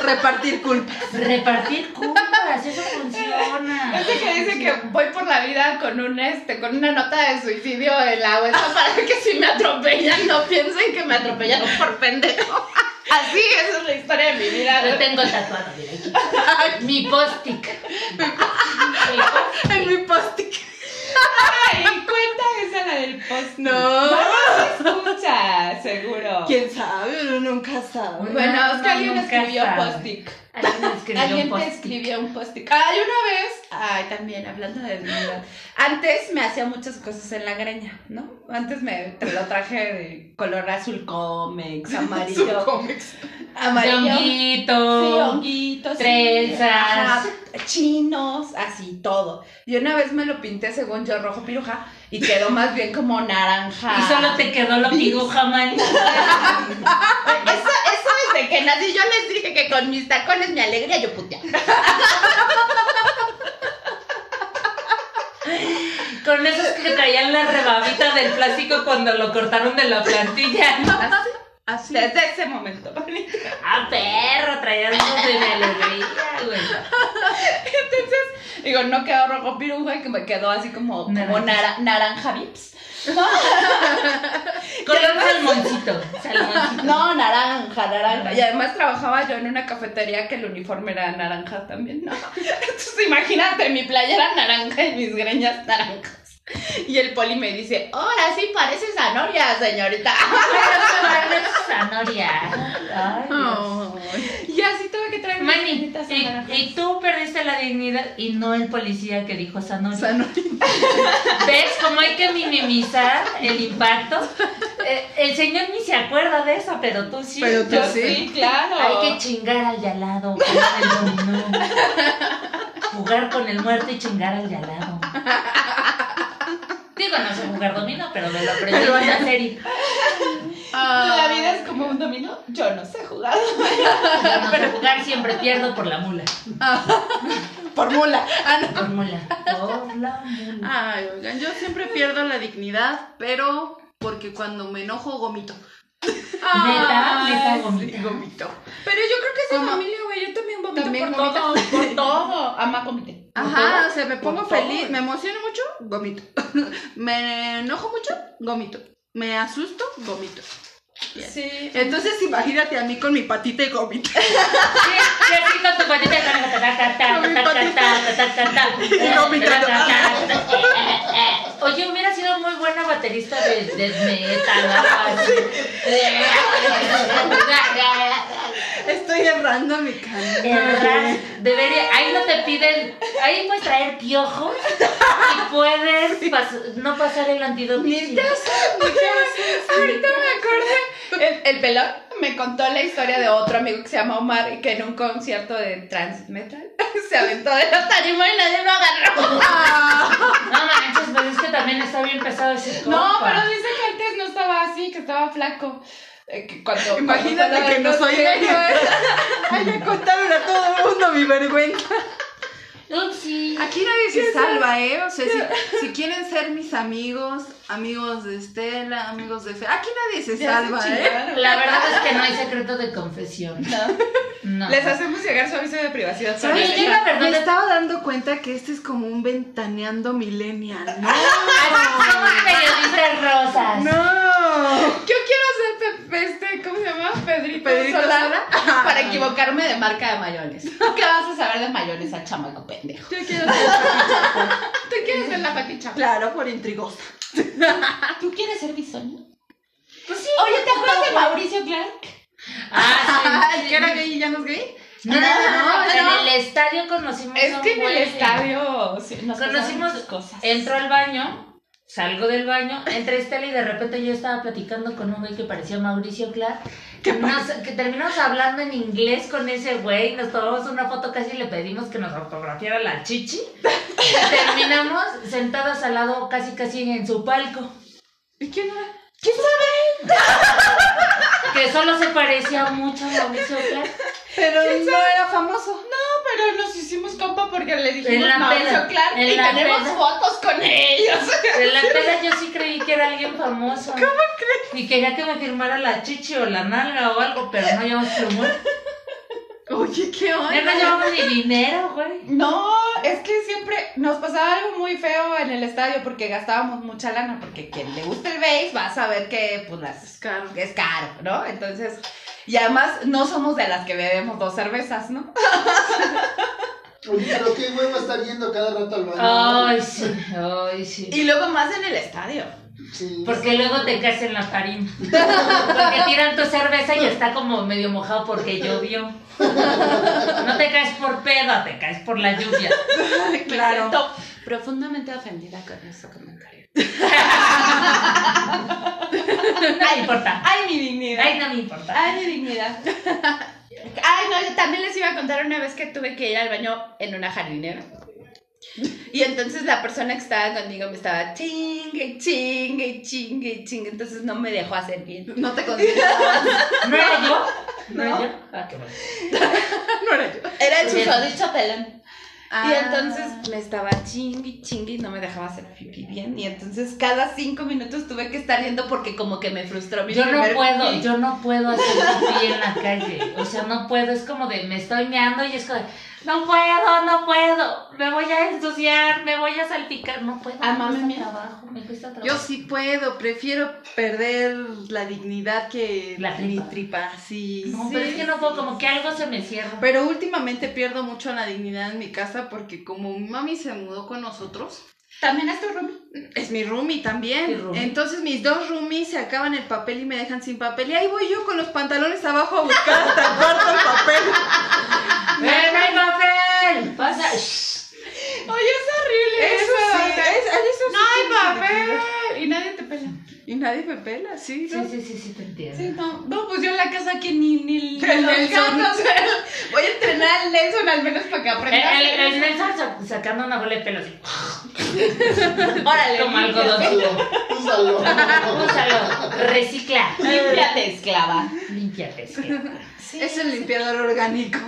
Repartir culpa. Repartir culpas, eso funciona. Ese que dice que voy por la vida con un este, con una nota de suicidio en la huesa Ah. para que si me atropellan, no piensen que me atropellaron por pendejo. Así, esa es la historia de mi vida. Lo tengo tatuado, mira aquí. Mi post-it. Mi post-it. En mi postic. Ay, cuenta esa la del post. No. Escucha, seguro. ¿Quién sabe? Uno nunca sabe. Bueno, No, es que no, alguien nunca escribió sabe. post-it. Alguien me escribió Alguien te post-it. escribió un post-it. Ay, una vez. Ay, también, hablando de dignidad. Antes me hacía muchas cosas en la greña, ¿no? Antes me tra- lo traje de color azul cómex, amarillo. cómics. De amarillo. Sí, honguito. honguitos. sí, trenzas. ajá, chinos, así todo. Y una vez me lo pinté según yo rojo piruja y quedó más bien como naranja. y solo te quedó lo piruja, man. Eso, eso desde que nací yo les dije que con mis tacones me alegría yo puteaba. Con esos que traían la rebabita del plástico cuando lo cortaron de la plantilla. Así, Así. Desde ese momento. Ah, perro, traían unos de mi alegría, güey. Digo, no quedó rojo piruja y que me quedó así como, como nara- naranja vips. Color salmoncito. Salmoncito. No, naranja, naranja. Y además trabajaba yo en una cafetería que el uniforme era naranja también, ¿no? Entonces imagínate mi playera naranja y mis greñas naranjas. Y el poli me dice, ahora sí parece zanoria, señorita. Zanoria. Ay, Dios. Y así tuve que traer mis Manny, manitas y, anaranjadas. y tú perdiste la dignidad y no el policía que dijo Zanoria. ¿Ves cómo hay que minimizar el impacto? Eh, el señor ni se acuerda de eso, pero tú sí. Pero tú Yo sí. fui. claro. Hay que chingar al yalado. jugar al dominó. Jugar con el muerto y chingar al yalado. Digo, no sé jugar dominó, pero me lo aprendí en la serie. Ah. La vida es como un dominó, yo no sé jugar. Yo no sé jugar, siempre pierdo por la mula. Por mula. Ah, no. Por mula. Por la mula. Ay, oigan, yo siempre pierdo la dignidad, pero porque cuando me enojo gomito. Neta, neta, Ay, gomita. Gomito. Pero yo creo que es de Como- familia, güey. Yo también vomito También por vomita. todo. Por todo, ama comité. Ajá, o sea, me pongo Por todo. feliz, me emociono mucho, gomito. me enojo mucho, gomito. Me asusto, gomito. Sí. Entonces imagínate a mí con mi patita y gomito. Sí, sí, así con tu patita. ta, ta, ta, ta, ta, Con mi ta, ta, patita. ta, ta, ta, ta. Y vomitando. Ta, ta, ta, ta. Eh, eh, eh. Oye, hubiera sido muy buena baterista de, de metal. ¿verdad? Estoy errando mi canal. Errar. Debería, ahí no te piden, ahí puedes traer piojos y puedes pas- no pasar el antídoto. Ahorita me acordé. El, el pelón me contó la historia de otro amigo que se llama Omar y que en un concierto de trans metal se aventó de la tarima y nadie lo agarró. No manches, pues es que también está bien pesado ese compa. No, pero dice que antes no estaba así, que estaba flaco. Eh, que Cuando, Imagínate que no soy eh. él. Ay, me contaron a todo el mundo mi vergüenza. Upsi. Aquí nadie se salva, ¿eh? O sea, si, si quieren ser mis amigos, amigos de Estela, amigos de Fe, aquí nadie se salva, ¿eh? La verdad es que no hay secreto de confesión. No. Les hacemos llegar su aviso de privacidad. Sí, ¿Sabes yo qué? la verdad Me es- estaba dando cuenta que este es como un ventaneando millennial, ¿no? Así somos periodistas rosas. ¡No! Yo quiero ser pe- este, ¿cómo se llama? Pedrito, Ah. ¿Pedrito Sola, Sola? para equivocarme de marca de mayones. ¿Tú qué vas a saber de mayones al chamaco pendejo? Yo quiero ser- ¿Tú quieres ser la paticha? Claro, por intrigosa. ¿Tú quieres ser bisoño? Pues sí. Oye, ¿te acuerdas de Mauricio Clark? Ah, sí. ¿Que era gay y ya no es gay? No, no, no, No, no. En el estadio conocimos a Ah, Es un que en el güey. estadio sí, nos pasaron Conocimos- muchas cosas. Entro al baño, salgo del baño, entra Estela y de repente yo estaba platicando con un güey que parecía Mauricio Clark. Nos- que terminamos hablando en inglés con ese güey, nos tomamos una foto casi le pedimos que nos autografiara la chichi. terminamos sentados al lado casi casi en su palco. ¿Y quién era? Que solo se parecía mucho a Mauricio Clark. Pero no era famoso. Pero nos hicimos compa porque le dijimos En la Mauricio peda, Clark en y la tenemos peda. fotos con ellos. En la tela yo sí creí que era alguien famoso. ¿Cómo crees? Y quería que me firmara la chichi o la nalga o algo, pero no llevamos plumón. Oye, qué Ya no llevamos ni dinero, güey. No, es que siempre nos pasaba algo muy feo en el estadio porque gastábamos mucha lana, porque quien le gusta el base va a saber que pues las- Es caro. que es caro, ¿no? Entonces, y además no somos de las que bebemos dos cervezas, ¿no? Oye, pero qué huevo estar viendo cada rato al baño. Ay, sí, ay, sí. Y luego más en el estadio. Sí. Porque luego te caes en la farina. Porque tiran tu cerveza y está como medio mojado porque llovió. No te caes por pedo, te caes por la lluvia. Claro. Profundamente ofendida con ese comentario. No me importa. Ay, mi dignidad. Ay, no me importa. Ay, mi dignidad. Ay, no, yo también les iba a contar una vez que tuve que ir al baño en una jardinera. Y entonces la persona que estaba conmigo me estaba chingue, chingue, chingue, chingue. Entonces no me dejó hacer bien. No te consideraba. ¿No era yo? ¿No era yo? Ah, qué bueno. no era Ah. yo. Era el Bien. susodicho pelón. Y entonces me estaba chingue, chingue y no me dejaba hacer pipí bien. Y entonces cada cinco minutos tuve que estar yendo porque como que me frustró mi Yo no primer puedo, pipí. yo no puedo hacer pipí en la calle. O sea, no puedo, es como de me estoy meando y es como de, no puedo, no puedo, me voy a ensuciar, me voy a salpicar, no puedo. Ah, me mami cuesta mía. trabajo, me cuesta trabajo. Ah, Yo sí puedo, prefiero perder la dignidad que La mi tripa. tripa, sí. No, sí, pero es que no puedo, sí, como sí. que algo se me cierra. Pero últimamente pierdo mucho la dignidad en mi casa porque como mi mami se mudó con nosotros, También es tu roomie. Es mi roomie también. Tu roomie. Entonces mis dos roomies se acaban el papel y me dejan sin papel. Y ahí voy yo con los pantalones abajo a buscar hasta el cuarto el papel. ¡Ven, ven, ¡Ah, papel! Pasa. Oye, es horrible Eso eso. sí, o sea, es- eso sí No hay tiene que papel. Y nadie te pela. Y nadie me pela, sí. ¿no? Sí, sí, sí, sí, te entiendo. Sí, no. No, pues yo en la casa que ni, ni, Pero el los Nelson, gatos. voy a entrenar al Nelson al menos para que El, aprenda. el, el Nelson sa- sacando una bola de pelo así. Órale. Como algodón. Úsalo, úsalo. Úsalo. Recicla. Límpiate, esclava. Límpiate. sí. es el limpiador orgánico.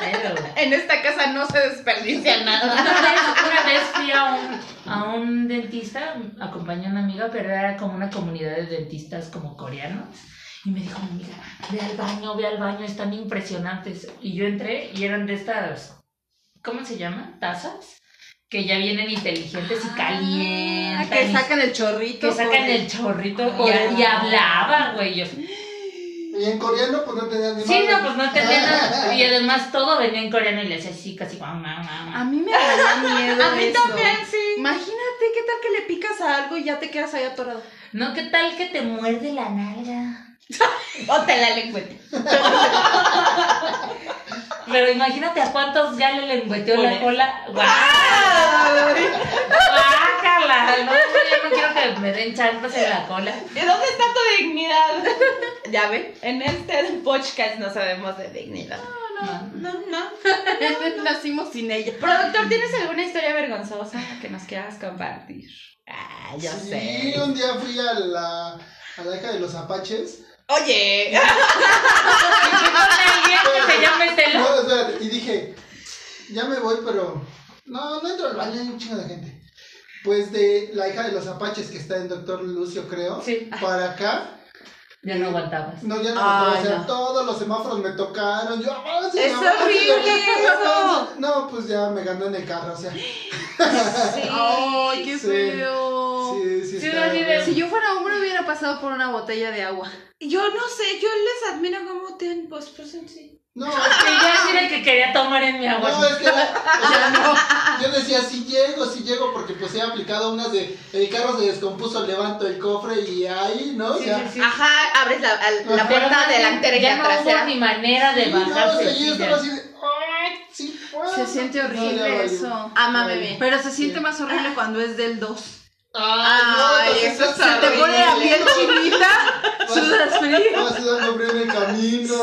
Pero- En esta casa no se desperdicia nada. Una vez, una vez fui a un, a un dentista, acompañé a una amiga, pero era como una comunidad de dentistas como coreanos. Y me dijo, mi amiga, ve al baño, ve al baño, están impresionantes. Y yo entré y eran de estas, ¿cómo se llama? Tazas, que ya vienen inteligentes y calientan. Ah, que y- sacan el chorrito. que sacan por- el chorrito y- Ay. y, hablaba, güey. Yo, Y en coreano, pues no tenía ni sí, madre. no, pues no entendía nada. Y además todo venía en coreano y le hacía así, casi, guau, guau, guau, guau. A mí me da miedo. A mí eso. también, sí. Imagínate qué tal que le picas a algo y ya te quedas ahí atorado. No, ¿qué tal que te muerde la nalga? O te la lengüete. Pero imagínate a cuántos gales le engueteó la cola. ¡Guácala! No, yo no quiero que me den chanclas en la cola. ¿Y dónde está tu dignidad? ya ve, en este podcast no sabemos de dignidad. No. No, no. Nacimos sin ella. Productor, ¿tienes alguna historia vergonzosa que nos quieras compartir? Ah, pues, yo sí, sé. un día fui a la, a la hija de los apaches. Oye, Y fui con alguien que se llame Telo. No, espérate, y dije, ya me voy, pero no, no entro al baño, hay un chingo de gente. Pues de la hija de los apaches que está en Doctor Lucio, creo, Sí. para acá. Ya no aguantabas. No, ya no, Ay, o sea, no. todos los semáforos me tocaron. Yo, "Ah, avance, Es avance, horrible avance. No, pues ya me ganó en el carro, o sea. Ay, qué Sí. feo. Sí, sí, Sí, está así de- horrible. Si yo fuera hombre hubiera pasado por una botella de agua. Yo no sé, yo les admiro cómo tienen pues, pues en sí. No, es Ah, Sí, yo así de que quería tomar en mi que- agua. no, es que era- o sea, yo decía, si llego, si llego, porque pues he aplicado unas de, el carro se descompuso, levanto el cofre y ahí, ¿no? O Sí, sea, sí, sí. ajá, abres la, al- la Pero puerta no, delantera y ya la no hubo trasera. ni manera de Sí, no, o sea, bajarse. yo sí, estaba ya. así de, "Ay, sí puedo". Se siente Ah, No, ya horrible valió. eso. Ámame Ay. bien. Pero se siente más horrible cuando es del 2. Ah, Ay, Ah. no, eso entonces es está Te pone la horrible. piel chinita, sudas frío. Vas sudando frío en el camino.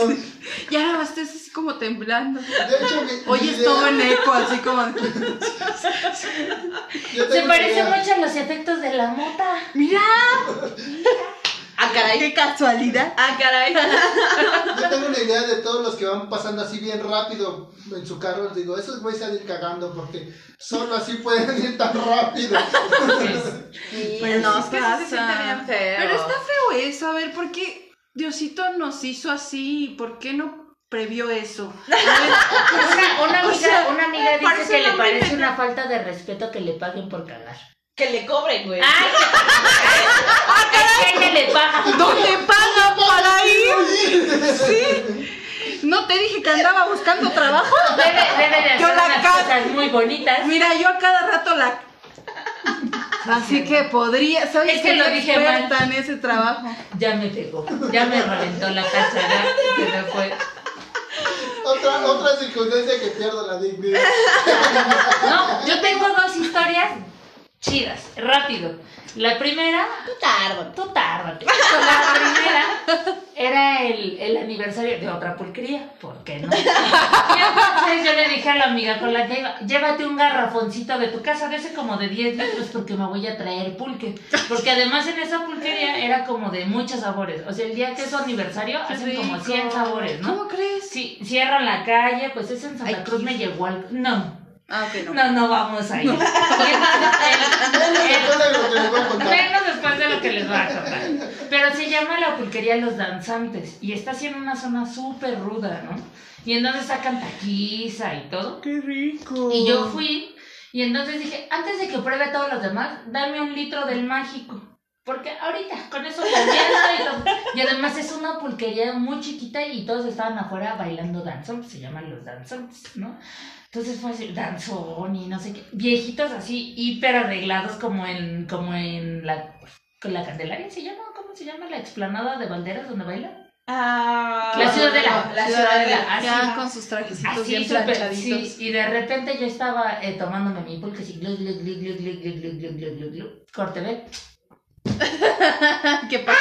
Ya nada más estás así como temblando. De hecho, mi- mi Oyes idea- todo en eco, así como. yo Se tengo parece idea. mucho a los efectos de la mota. ¡Mira! Ah, caray. ¡Qué casualidad! Ah, caray. Yo tengo una idea de todos los que van pasando así bien rápido en su carro. Digo, esos güeyes van a ir cagando porque solo así pueden ir tan rápido. Pues no, es que sí se pasa. siente bien feo. Pero está feo eso, a ver, ¿por qué Diosito nos hizo así? ¿Por qué no previó eso? Una, una amiga, O sea, una amiga me dice parece que le una parece una falta de respeto que le paguen por cagar. Que le cobren, güey. ¡Ay! ¡Ay! ¡Ay! le paga! ¿Dónde pagan para ir? Sí. ¿No te dije que andaba buscando trabajo? Debe, debe de hacer Yo la unas cago. cosas muy bonitas. Mira, yo a cada rato la. Así que podría. ¿Sabes Es qué? que lo Soy dije mal. experta en ese trabajo. Ya me pegó, ya me reventó la casa, ya se me fue. Otra, otra circunstancia que pierdo la dignidad. No, yo tengo dos historias chidas, rápido. La primera, Tardo. tú tárdate. La primera era el, el aniversario de otra pulquería, ¿por qué no? Y entonces yo le dije a la amiga con la que iba, llévate un garrafoncito de tu casa, de ese como de 10 litros, porque me voy a traer pulque. Porque además en esa pulquería era como de muchos sabores. O sea, el día que es su aniversario, hacen como 100 sabores, ¿no? ¿Cómo crees? Sí, cierran la calle, pues es en Santa Ay, Cruz, me llegó al... No, Ah, ok, no. no, no vamos a ir. Menos de todo lo que les voy a contar. Menos después de lo que les va a contar. Pero se llama la pulquería Los Danzantes y está así en una zona súper ruda, ¿no? Y entonces sacan taquiza y todo. ¡Qué rico! Y yo fui y entonces dije, antes de que pruebe todos los demás, dame un litro del mágico. Porque ahorita con eso cambiando y, todo. y además es una pulquería muy chiquita y todos estaban afuera bailando danzón, se llaman los danzones, ¿no? Entonces fue así, danzón y no sé qué, viejitos así, hiper arreglados como en, como en la, pues, con la Candelaria, ¿se llama? ¿Cómo se llama? La explanada de banderas donde bailan. Ah, la ciudadela, la ciudadela, así. Ya con sus trajecitos Así, bien súper, planchaditos. sí, y de repente yo estaba eh, tomándome mi pulque así, glu, glu, glu, glu, glu, glu, glu, glu, glu, glu, glu. corte, ve. ¿Qué pasa?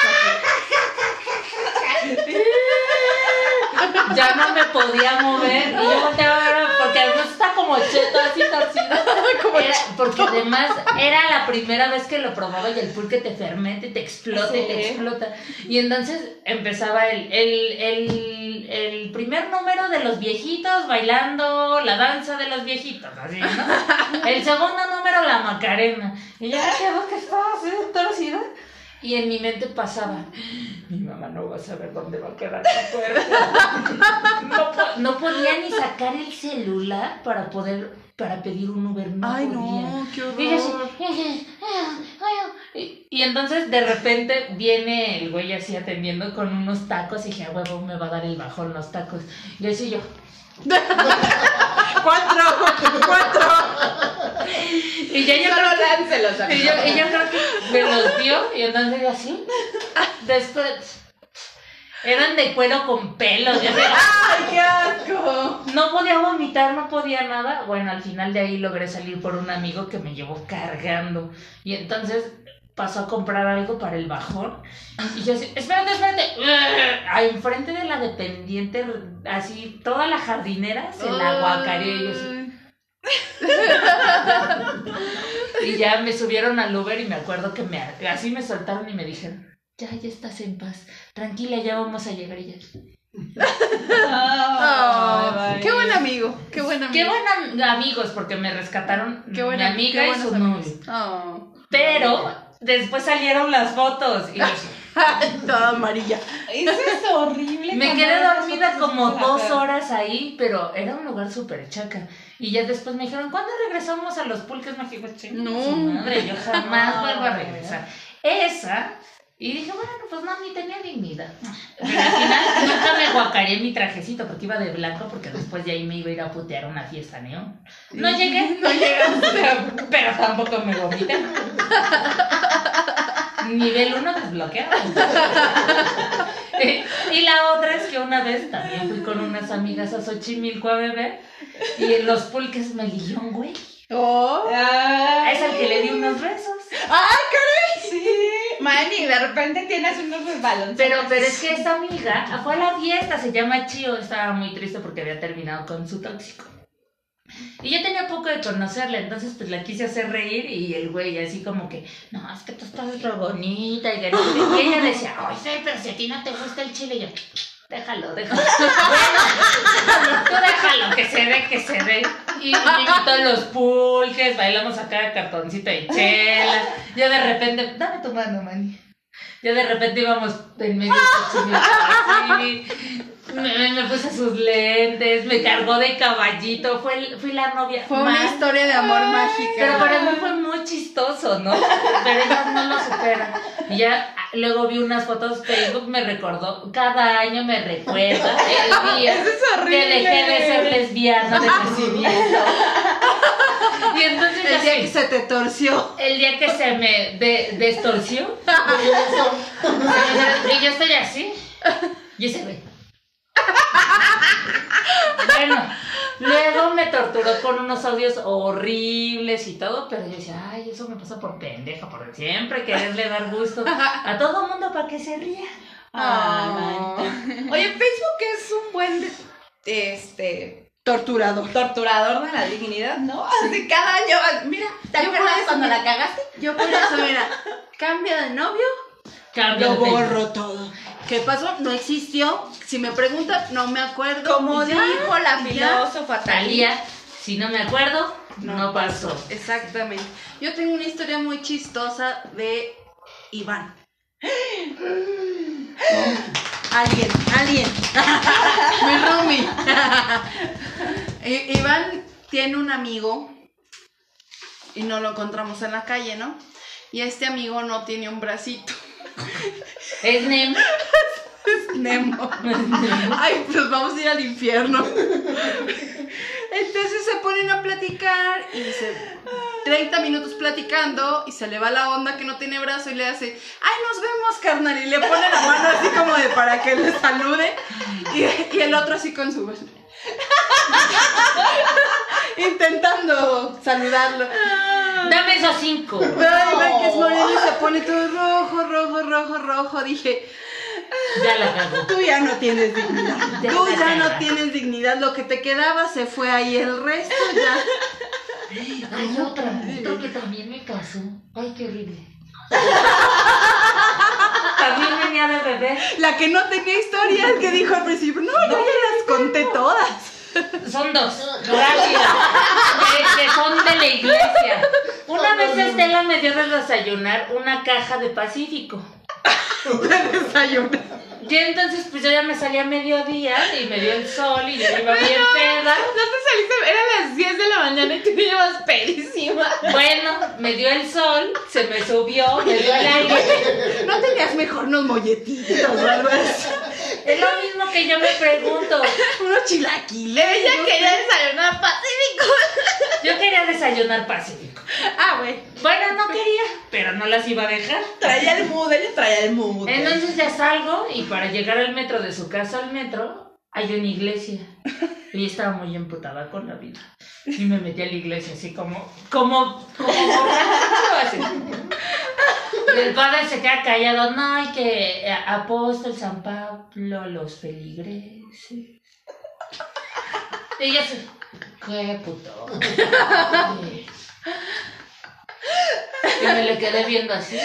Ya no me podía mover, y yo volteaba a ver, porque además está como cheto así, torcido. Era- porque además era la primera vez que lo probaba y el pulque te fermenta y te explota y te explota. Y entonces empezaba el, el, el, el primer número de los viejitos bailando la danza de los viejitos, así, ¿no? El segundo número, la Macarena. Y yo me quedo que estaba así, torcida. Y en mi mente pasaba, mi mamá no va a saber dónde va a quedar mi cuerpo. No, po- no podía ni sacar el celular para poder, para pedir un Uber. No Ay, podía. no, qué Y yo así, "Ah, horror. Y, y entonces de repente viene el güey así atendiendo con unos tacos y dije, a huevo, me va a dar el bajón los tacos. Y así yo, ¡Cuatro! ¡Cuatro! y ya yo Solo creo que- láncelos, y amigos. yo, y yo creo que me los dio y entonces yo así, después, eran de cuero con pelos, yo así, ¡Ay, qué asco! No podía vomitar, no podía nada. Bueno, al final de ahí logré salir por un amigo que me llevó cargando. Y entonces pasó a comprar algo para el bajón. Y yo así, espérate, espérate. Ahí enfrente de la dependiente, así, toda la jardinera se la guacareó. Y, yo así. Y ya me subieron al Uber y me acuerdo que me, así me soltaron y me dijeron, ya, ya estás en paz. Tranquila, ya vamos a llegar. Y yo, Oh, ¡Qué buen amigo! ¡Qué buen amigo! Qué buenos amigos, porque me rescataron Qué mi buena- amiga qué y su buenos novio. amigos. Oh. Pero después salieron las fotos Ah. y yo- Toda amarilla. Eso es horrible. me cuando quedé nosotros dormida nos como placer. dos horas ahí, pero era un lugar súper chaca. Y ya después me dijeron, ¿cuándo regresamos a los pulques mágicos? No. No, madre, yo jamás No, vuelvo a güey. regresar. Esa. Y dije, bueno, pues no, ni tenía dignidad. Pero al final nunca me guacaré mi trajecito porque iba de blanco porque después de ahí me iba a ir a putear a una fiesta neón. No llegué, no llegué, pero, pero tampoco me vomité. Nivel 1 desbloqueado. y la otra es que una vez también fui con unas amigas a Xochimilco a beber y en los pulques me lió un güey. Oh. Es al que le di unos besos. Sí, Manny, de repente tienes unos balones. Pero, pero es que esta amiga fue a la fiesta, se llama Chio, estaba muy triste porque había terminado con su tóxico. Y yo tenía poco de conocerla, entonces pues la quise hacer reír y el güey así como que, no, es que tú estás re bonita y que no sé qué". Y ella decía, ay, sí, pero si a ti no te gusta el chile, y yo, déjalo, déjalo. Bueno, tú déjalo, que se dé, que se dé. Y me invitó a los pulques, bailamos acá de cartoncito y chela. Yo de repente, dame tu mano, mani. Yo de repente íbamos en medio de Xochimilco, así. Me, me puse sus lentes, me cargó de caballito, fue, fui la novia. Fue una más- historia de amor mágica. pero para mí fue muy chistoso, ¿no? Pero ellos no lo superan. Y ya ah, luego vi unas fotos, Facebook me recordó, cada año me recuerda el día que dejé de ser lesbiana de nacimiento. Y entonces El así, día que se te torció. se me de- destorció, y yo estoy así. Y ese güey. Bueno, luego me torturó con unos audios horribles y todo, pero yo decía, ay, eso me pasa por pendeja, por siempre quererle dar gusto a todo mundo para que se ría. Ah, Oye, Facebook es un buen de- este Torturador. torturador de la dignidad, ¿no? Así cada año, vas- mira, ¿te Yo por acuerdas eso cuando me- la cagaste? Yo por eso, mira, cambio de novio, Cambio Lo de Facebook. borro todo. ¿qué pasó? No existió. Si me preguntan, no me acuerdo. Como Y ya, dijo la y ya. filósofa Talía. Talía, si no me acuerdo, no, pasó. Exactamente. Yo tengo una historia muy chistosa de Iván. Alguien, alguien. Mi roomie. I- Iván tiene un amigo y no lo encontramos en la calle, ¿no? y este amigo no tiene un bracito. Es NEM. Nemo. Ay, pues vamos a ir al infierno. Entonces se ponen a platicar y se 30 minutos platicando y se le va la onda que no tiene brazo y le hace, "Ay, nos vemos, carnal." Y le pone la mano así como de para que le salude y, y el otro así con su intentando saludarlo. Dame esos cinco. Ay, ve que es moreno y se pone todo rojo, rojo, rojo, rojo. Dije, Ya la cago. Tú ya no tienes dignidad. Ya Tú la ya no cagaste. tienes dignidad. Lo que te quedaba se fue ahí. El resto ya. Hay otra, otra que también me casó. Ay, qué horrible. También venía del bebé. La que no tenía historia, el que dijo al principio, no, yo ya las conté todas. Son dos. Gracias. Que, que son de la iglesia. Una vez Estela me dio de desayunar una caja de Pacífico. Desayuno. Yo entonces, pues yo ya me salía a mediodía y me dio el sol y yo iba bien peda. No te saliste, eran las 10 de la mañana y tú llevas pedísima. Bueno, me dio el sol, se me subió, me dio el aire. No tenías mejor unos molletitos o algo así. Es lo mismo que yo me pregunto. Unos chilaquiles. Ella no quería sé. desayunar pacífico. Yo quería desayunar Pacífico. Ah, güey. Bueno, no quería, pero no las iba a dejar. Traía el mood, ella traía el mood. Entonces ya salgo y para llegar al metro de su casa al metro hay una iglesia. Y estaba muy emputada con la vida. Y me metí a la iglesia así como, como, como, así. Y el padre se queda callado, no, hay que eh, apóstol San Pablo, los feligreses. Y ella se, qué puto. Y me le quedé viendo así.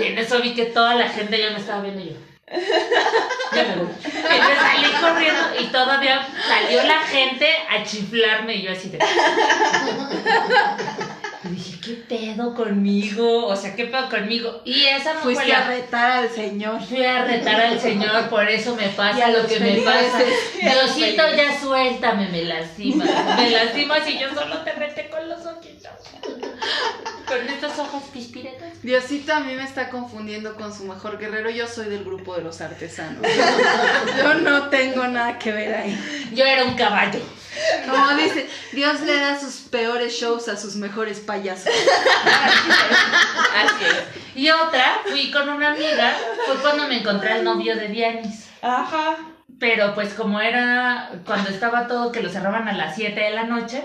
Y en eso vi que toda la gente ya me estaba viendo y yo. Ya me voy. Y me salí corriendo y todavía salió la gente a chiflarme y yo así de. Y dije, ¿qué pedo conmigo? O sea, ¿qué pedo conmigo? Y esa no fue Fuiste a la. retar al señor. Fui a retar al Señor, por eso me Y a pasa lo los que me pasa. feligreses. Y a los Diosito, ya suéltame, me lastimas. Me lastimas y yo solo te reté con los ojitos. Con estos ojos pispiretas. Diosito a mí me está confundiendo con su mejor guerrero. Yo soy del grupo de los artesanos. Yo no tengo nada que ver ahí. Yo era un caballo. Como dice, Dios le da sus peores shows a sus mejores payasos. Así es. Y otra, fui con una amiga, fue cuando me encontré al novio de Dianis. Ajá. Pero pues como era cuando estaba todo que lo cerraban a las 7 de la noche,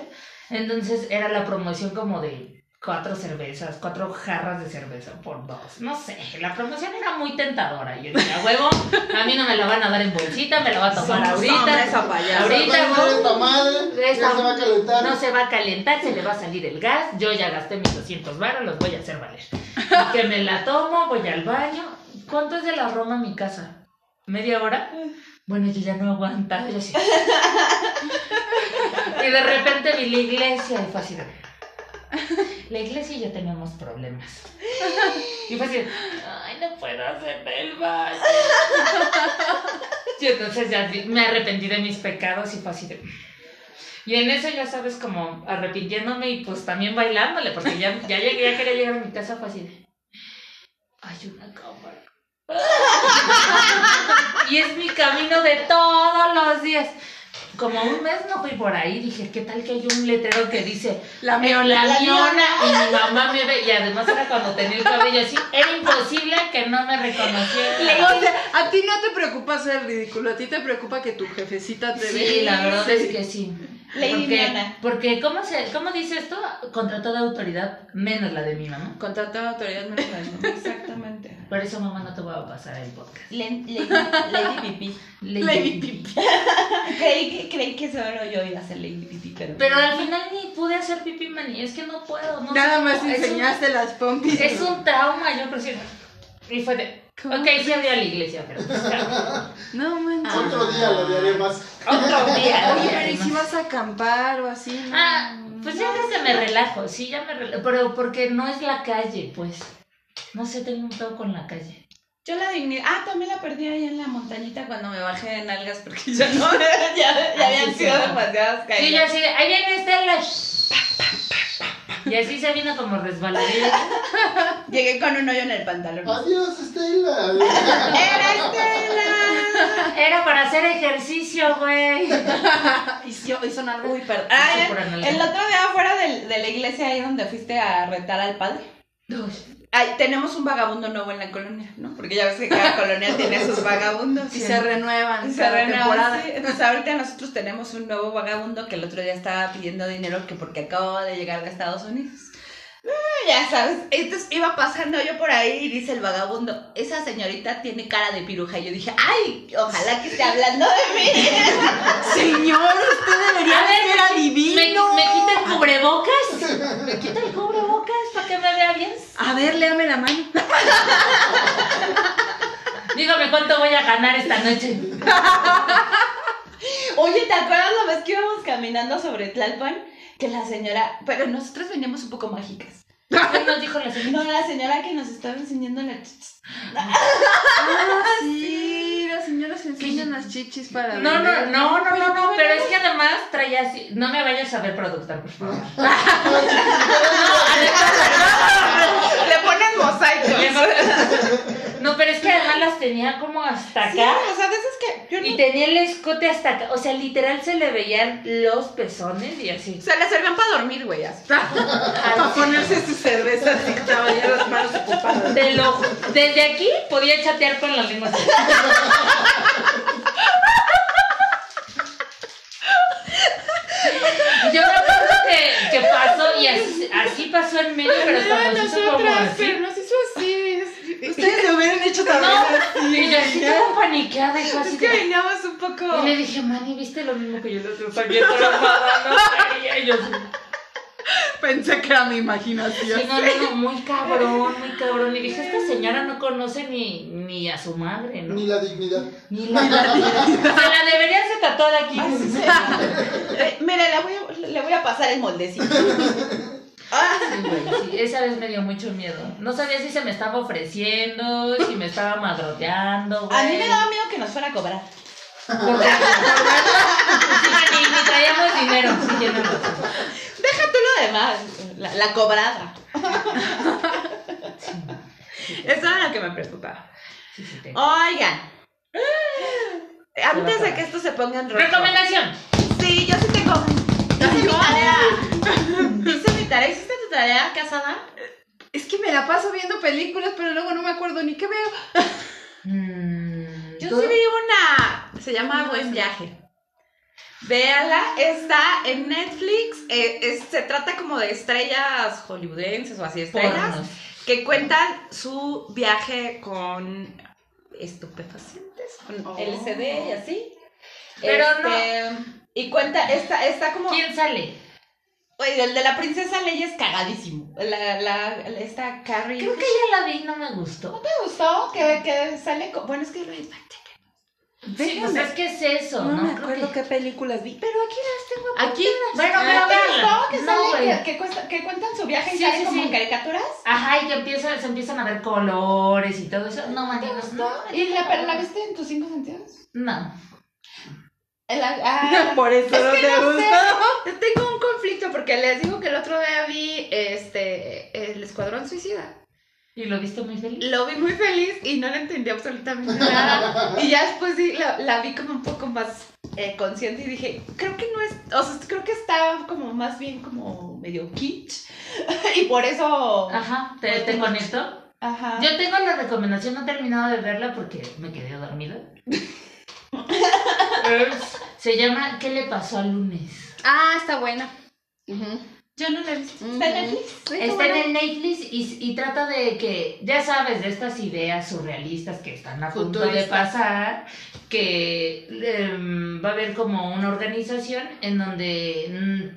entonces era la promoción como de cuatro cervezas, cuatro jarras de cerveza por dos. No sé, la promoción era muy tentadora. Yo dije, a huevo, a mí no me la van a dar en bolsita, me la va a tomar ahorita. a payaso. Ahorita, Ahorita güey. esta madre, De esta- ya se va a calentar. No se va a calentar, se le va a salir el gas. Yo ya gasté mis 200 baros, los voy a hacer valer. Y que me la tomo, voy al baño. ¿Cuánto es de la Roma a mi casa? ¿Media hora? Bueno, yo ya no aguantaba. yo así. Y de repente vi la iglesia y fue así de, La iglesia y yo teníamos problemas. Y fue así, de, ay, no puedo hacerme el baño. Y entonces ya di- me arrepentí de mis pecados y fue así de, y en eso ya sabes, como arrepintiéndome y pues también bailándole, porque ya, ya llegué, ya quería llegar a mi casa, fue así de. Hay una cámara. y es mi camino de todos los días. Como un mes no fui por ahí, dije, ¿qué tal que hay un letrero que dice La la meola. Miona? Y mi mamá me ve, y además era cuando tenía el cabello así, era imposible que no me reconociera. O sea, a ti no te preocupa ser ridículo, a ti te preocupa que tu jefecita te vea. Sí, la verdad es que sí. Lady porque, Diana. Porque, ¿cómo, se, ¿cómo dice esto? Contra toda autoridad, menos la de mi mamá. Contrato de autoridad mensual. Exactamente. Por eso, mamá, no te voy a pasar el podcast. Lady, lady Pipi. Lady Lady Pipi. Creí que, creí que solo yo iba a ser Lady Pipi, pero. Pero al final ni pude hacer pipi maní, es que no puedo. No Nada sé más cómo. Es un- enseñaste las pompis. Es un trauma, yo creo que- Y fue de. Ok, sí había la iglesia, pero. pues, ya. Ah, No manches. Otro día lo odiaré más. Otro día. Oye, Ah, ya, pero ¿y si además. vas a acampar o así? no? Ah, pues ya ves que me relajo, sí, ya me relajo. Pero porque no es la calle, pues. No sé, tengo un pedo con la calle. Yo la dignidad. Ah, también la perdí ahí en la montañita cuando me bajé en algas porque ya no. ya ya Ah, habían sí, sido sí. demasiadas Sí, yo caídas. así de, ahí viene Estela. shh, pa, pa, pa, pa, pa. Y así se vino como resbaladilla. Llegué con un hoyo en el pantalón. Oh, Adiós, Estela. ¡Era Estela! Era para hacer ejercicio, güey. ah, Y, yo, y son algo. Uy, perdón. Sí, Ah, por analga. el otro día afuera del- de la iglesia ahí donde fuiste a retar al padre. Uy, Ay, tenemos un vagabundo nuevo en la colonia, ¿no? Porque ya ves que cada colonia tiene a sus vagabundos. Y se renuevan. Se cada renueva, temporada. sí. Entonces ahorita nosotros tenemos un nuevo vagabundo que el otro día estaba pidiendo dinero que porque acababa de llegar de Estados Unidos. Ah, Ya sabes, entonces iba pasando yo por ahí y dice el vagabundo, esa señorita tiene cara de piruja. Y yo dije, ay, ojalá que esté hablando de mí. Señor, usted debería A ver, ser ¿Me, me adivino. quita el cubrebocas? ¿Me quita el cubrebocas para que me vea bien? A ver, léame la mano. Dígame cuánto voy a ganar esta noche. Oye, ¿te acuerdas la vez que íbamos caminando sobre Tlalpan? Que la señora, pero nosotros veníamos un poco mágicas. ¿Qué nos dijo la señora? No, la señora que nos estaba enseñando la... Ah, sí, las señoras enseñan las chichis para No, no, vender. no, no, no, no, pero es que además traía así. No me vayas a ver, productor, por favor. Le ponen mosaicos. No, pero es que además las tenía como hasta Sí, acá. o sea, de esas que yo Y no... tenía el escote hasta acá. O sea, literal se le veían los pezones y así. Se le servían para dormir, güey. Para ponerse su cerveza así, estaba ya las manos ocupadas. Te lo ju- Desde aquí podía chatear con la lengua. así. Yo me acuerdo que, que pasó y así, así pasó en medio, pero hasta nos hizo como Nosotras, así. pero nos hizo así. es- Ustedes lo hubieran hecho también. Y yo así toda paniqueada y fue así Es que de- veníamos un poco. Y le dije, Manny, ¿viste lo mismo que yo le estoy bien traumada? No sabía. Y yo así, Pensé que era mi sí, imaginación. no, no, no, muy cabrón, muy cabrón. Y dije, esta señora no conoce ni, ni a su madre, ¿no? Ni la dignidad. Ni la... Se la deberían de tatuar aquí. Eh, Mira, le voy, a, le voy a pasar el moldecito. Ah, Sí, güey, sí, esa vez me dio mucho miedo. No sabía si se me estaba ofreciendo, si me estaba madroteando, güey. A mí me daba miedo que nos fuera a cobrar. Porque- Sí, ni, ni traíamos dinero. Sí, tienes razón. Deja tú lo demás, la, la cobrada. Eso era lo que me preocupaba. Sí, sí, tengo. Oigan. Antes de que esto se ponga en rojo. Recomendación. Sí, yo sí tengo. Hice mi tarea. Hice mi tarea. ¿Hiciste tu tarea, casada? Es que me la paso viendo películas, pero luego no me acuerdo ni qué veo. Mm, Yo todo- sí vi una. Se llama Buen Viaje. Véala, está en Netflix. eh, es- se trata como de estrellas hollywoodenses o así, estrellas Pornos. que cuentan su viaje con estupefacientes, con Oh. LCD y así. Pero no. Y cuenta, está, está como. ¿Quién sale? Oye, el de la princesa Leia es cagadísimo. La, la, la- esta Carrie. Creo que ya la vi y no me gustó. me gustó que, que sale. con- Bueno, es que lo Sí, pues es que es eso, ¿no? No me Creo acuerdo que- qué películas vi. Pero aquí las tengo. Aquí, bueno, Pero Ah, pero me véanla. gustó que, No, sale- güey. que, que cuesta- que cuentan su viaje y Sí, salen sí, como sí. en caricaturas. Ajá, y que empiezan, se empiezan a ver colores y todo eso. No, man, ¿Te no, gustó? no. ¿Y la, pero la viste en tus cinco sentidos? No. El- ah, Por eso Es no que te no sé. gusta. Tengo un conflicto porque les digo que el otro día vi este el Escuadrón Suicida. ¿Y lo viste muy feliz? Lo vi muy feliz y no le entendí absolutamente nada. Y ya después sí, la, la vi como un poco más eh, consciente y dije, creo que no es, o sea, creo que está como más bien como medio kitsch. y por eso... Ah. Ajá, te, Pues, te no. conecto. Ajá. Yo tengo la recomendación, no he terminado de verla porque me quedé dormida. Es- se llama ¿Qué le pasó al lunes? Ah, está buena. Yo no la he visto. ¿Está en Netflix? Está en el Netflix y, y trata de que, ya sabes, de estas ideas surrealistas que están a punto de Futuristas. pasar, que em, va a haber como una organización en donde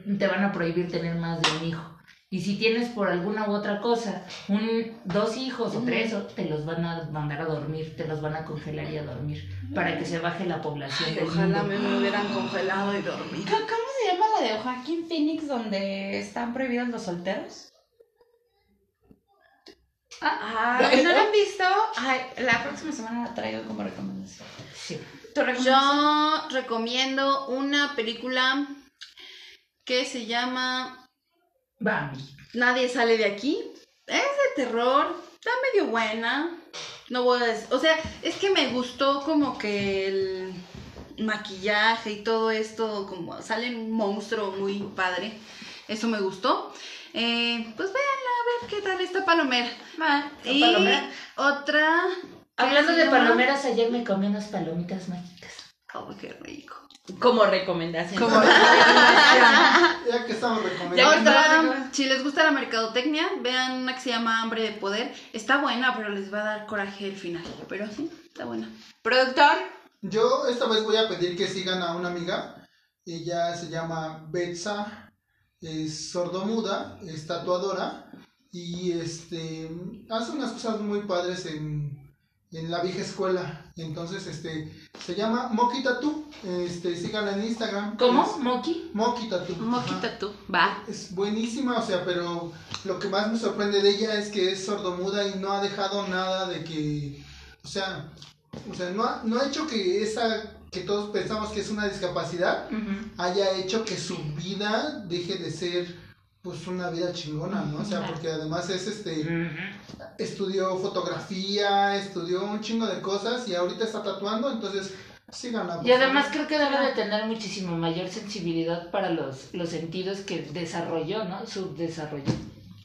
mm, te van a prohibir tener más de un hijo. Y si tienes por alguna u otra cosa un, dos hijos o tres, o- te los van a mandar a dormir, te los van a congelar y a dormir para que se baje la población. del Ojalá mundo. me, me hubieran congelado y dormido. ¿Cómo cómo se llama la de Joaquín Phoenix donde están prohibidos los solteros? Ay, ¿No la han visto? Ay, la próxima semana la traigo como recomendación. Sí. ¿Tu recomendación? Yo recomiendo una película que se llama Bambi. Nadie sale de aquí. Es de terror. Está medio buena. No voy a decir. O sea, es que me gustó como que el maquillaje y todo esto. Como sale un monstruo muy padre. Eso me gustó. Eh, pues véanla, a ver qué tal esta palomera. Ma. Y palomera. otra. Hablando de palomera. palomeras, ayer me comí unas palomitas mágicas. Oh, qué rico. Como recomendación. Como Ya que estamos Ya recomendando. otra, si les gusta la mercadotecnia, vean una que se llama Hambre de Poder. Está buena, pero les va a dar coraje el final. Pero sí, está buena. Productor, Yo esta vez voy a pedir que sigan a una amiga. Ella se llama Betsa, es sordomuda, es tatuadora y este hace unas cosas muy padres en, en la vieja escuela. Entonces, este se llama Moki Tattoo. Este, síganla en Instagram. ¿Cómo? ¿Moki? Es Moki Tattoo. Ajá. Moquita tú, va. Es buenísima, o sea, pero lo que más me sorprende de ella es que es sordomuda y no ha dejado nada de que, o sea, o sea, no ha, no ha hecho que esa que todos pensamos que es una discapacidad haya hecho que su vida deje de ser pues una vida chingona, ¿no? O sea, porque además es este estudió fotografía, estudió un chingo de cosas y ahorita está tatuando, entonces síganla. por Y además favor. creo que debe de tener muchísimo mayor sensibilidad para los, los sentidos que desarrolló, ¿no? Subdesarrolló.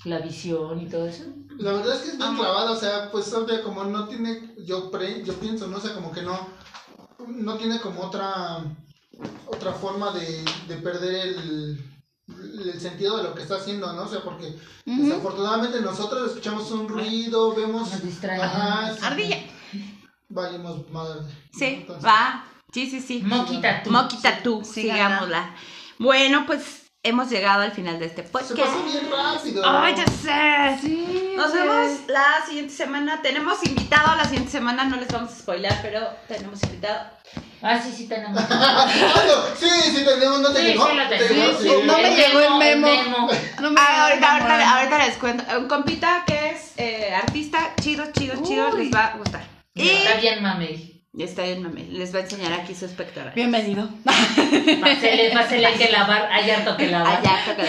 La visión y todo eso. La verdad es que es bien clavada, o sea, pues obvio, como no tiene, yo pre, yo pienso, ¿no? O sea, como que no, no tiene como otra, otra forma de, de perder el, el sentido de lo que está haciendo, ¿no? O sea, porque desafortunadamente nosotros escuchamos un ruido, vemos... Nos distraemos. Ajá, sí. ardilla. Valimos madre. Sí, Entonces, va. Sí, sí, sí. Moquita tú. Moquita tú, síganla. sigámosla. Bueno, pues hemos llegado al final de este Se podcast. pasó bien rápido. ¡Ay, ya sé! Sí. Nos vemos la siguiente semana. Tenemos invitado la siguiente semana, no les vamos a spoiler, pero tenemos invitado. Ah, sí, sí tenemos. Ah, no, sí, sí, tenemos, no te Sí, llegó. sí, lo Te tengo. llegó, Sí, sí. sí. No me llegó el memo. No me Ah, ahorita, ahorita, ahorita, ahorita les cuento. Un compita que es eh, artista, chido, chido, chido, Uy. les va a gustar. Y Está bien, mami. está bien, mami. Les va a enseñar aquí su espectadora. Bienvenido. Marcela, Marcela, hay que lavar. Hay harto que lavar. Allá, toca.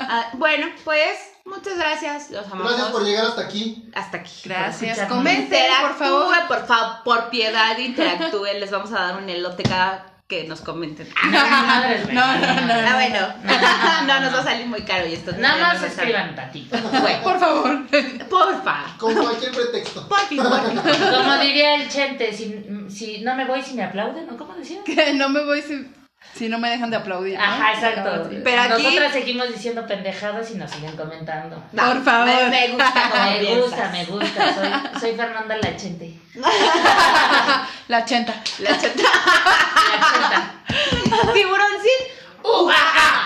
Ah, bueno, pues muchas gracias. Los amamos. Gracias por llegar hasta aquí. Hasta aquí. Gracias. Escucharnos. Comenten, por favor. Interactúen, por favor, por piedad, interactúen. Les vamos a dar un elote cada que nos comenten. Madres, No, no, no, Ah, bueno. Ah, No, No, no, nos no. va a salir muy caro y esto. Nada más no nos sale. escriban patito. Bueno, Por favor. porfa. Con cualquier pretexto. Por fin, por fin. Como diría el chente, si, si no me voy si me aplauden, ¿no? ¿Cómo decía? Que no me voy si, si no me dejan de aplaudir. ¿no? Ajá, exacto. Pero aquí- Nosotras seguimos diciendo pendejadas y nos siguen comentando. No, Por favor. Me, me gusta como Me piensas. gusta, me gusta. Soy, soy Fernanda la chente. La 80. La chata. La chenta. Tiburoncín. ¡Uh, ah, ah!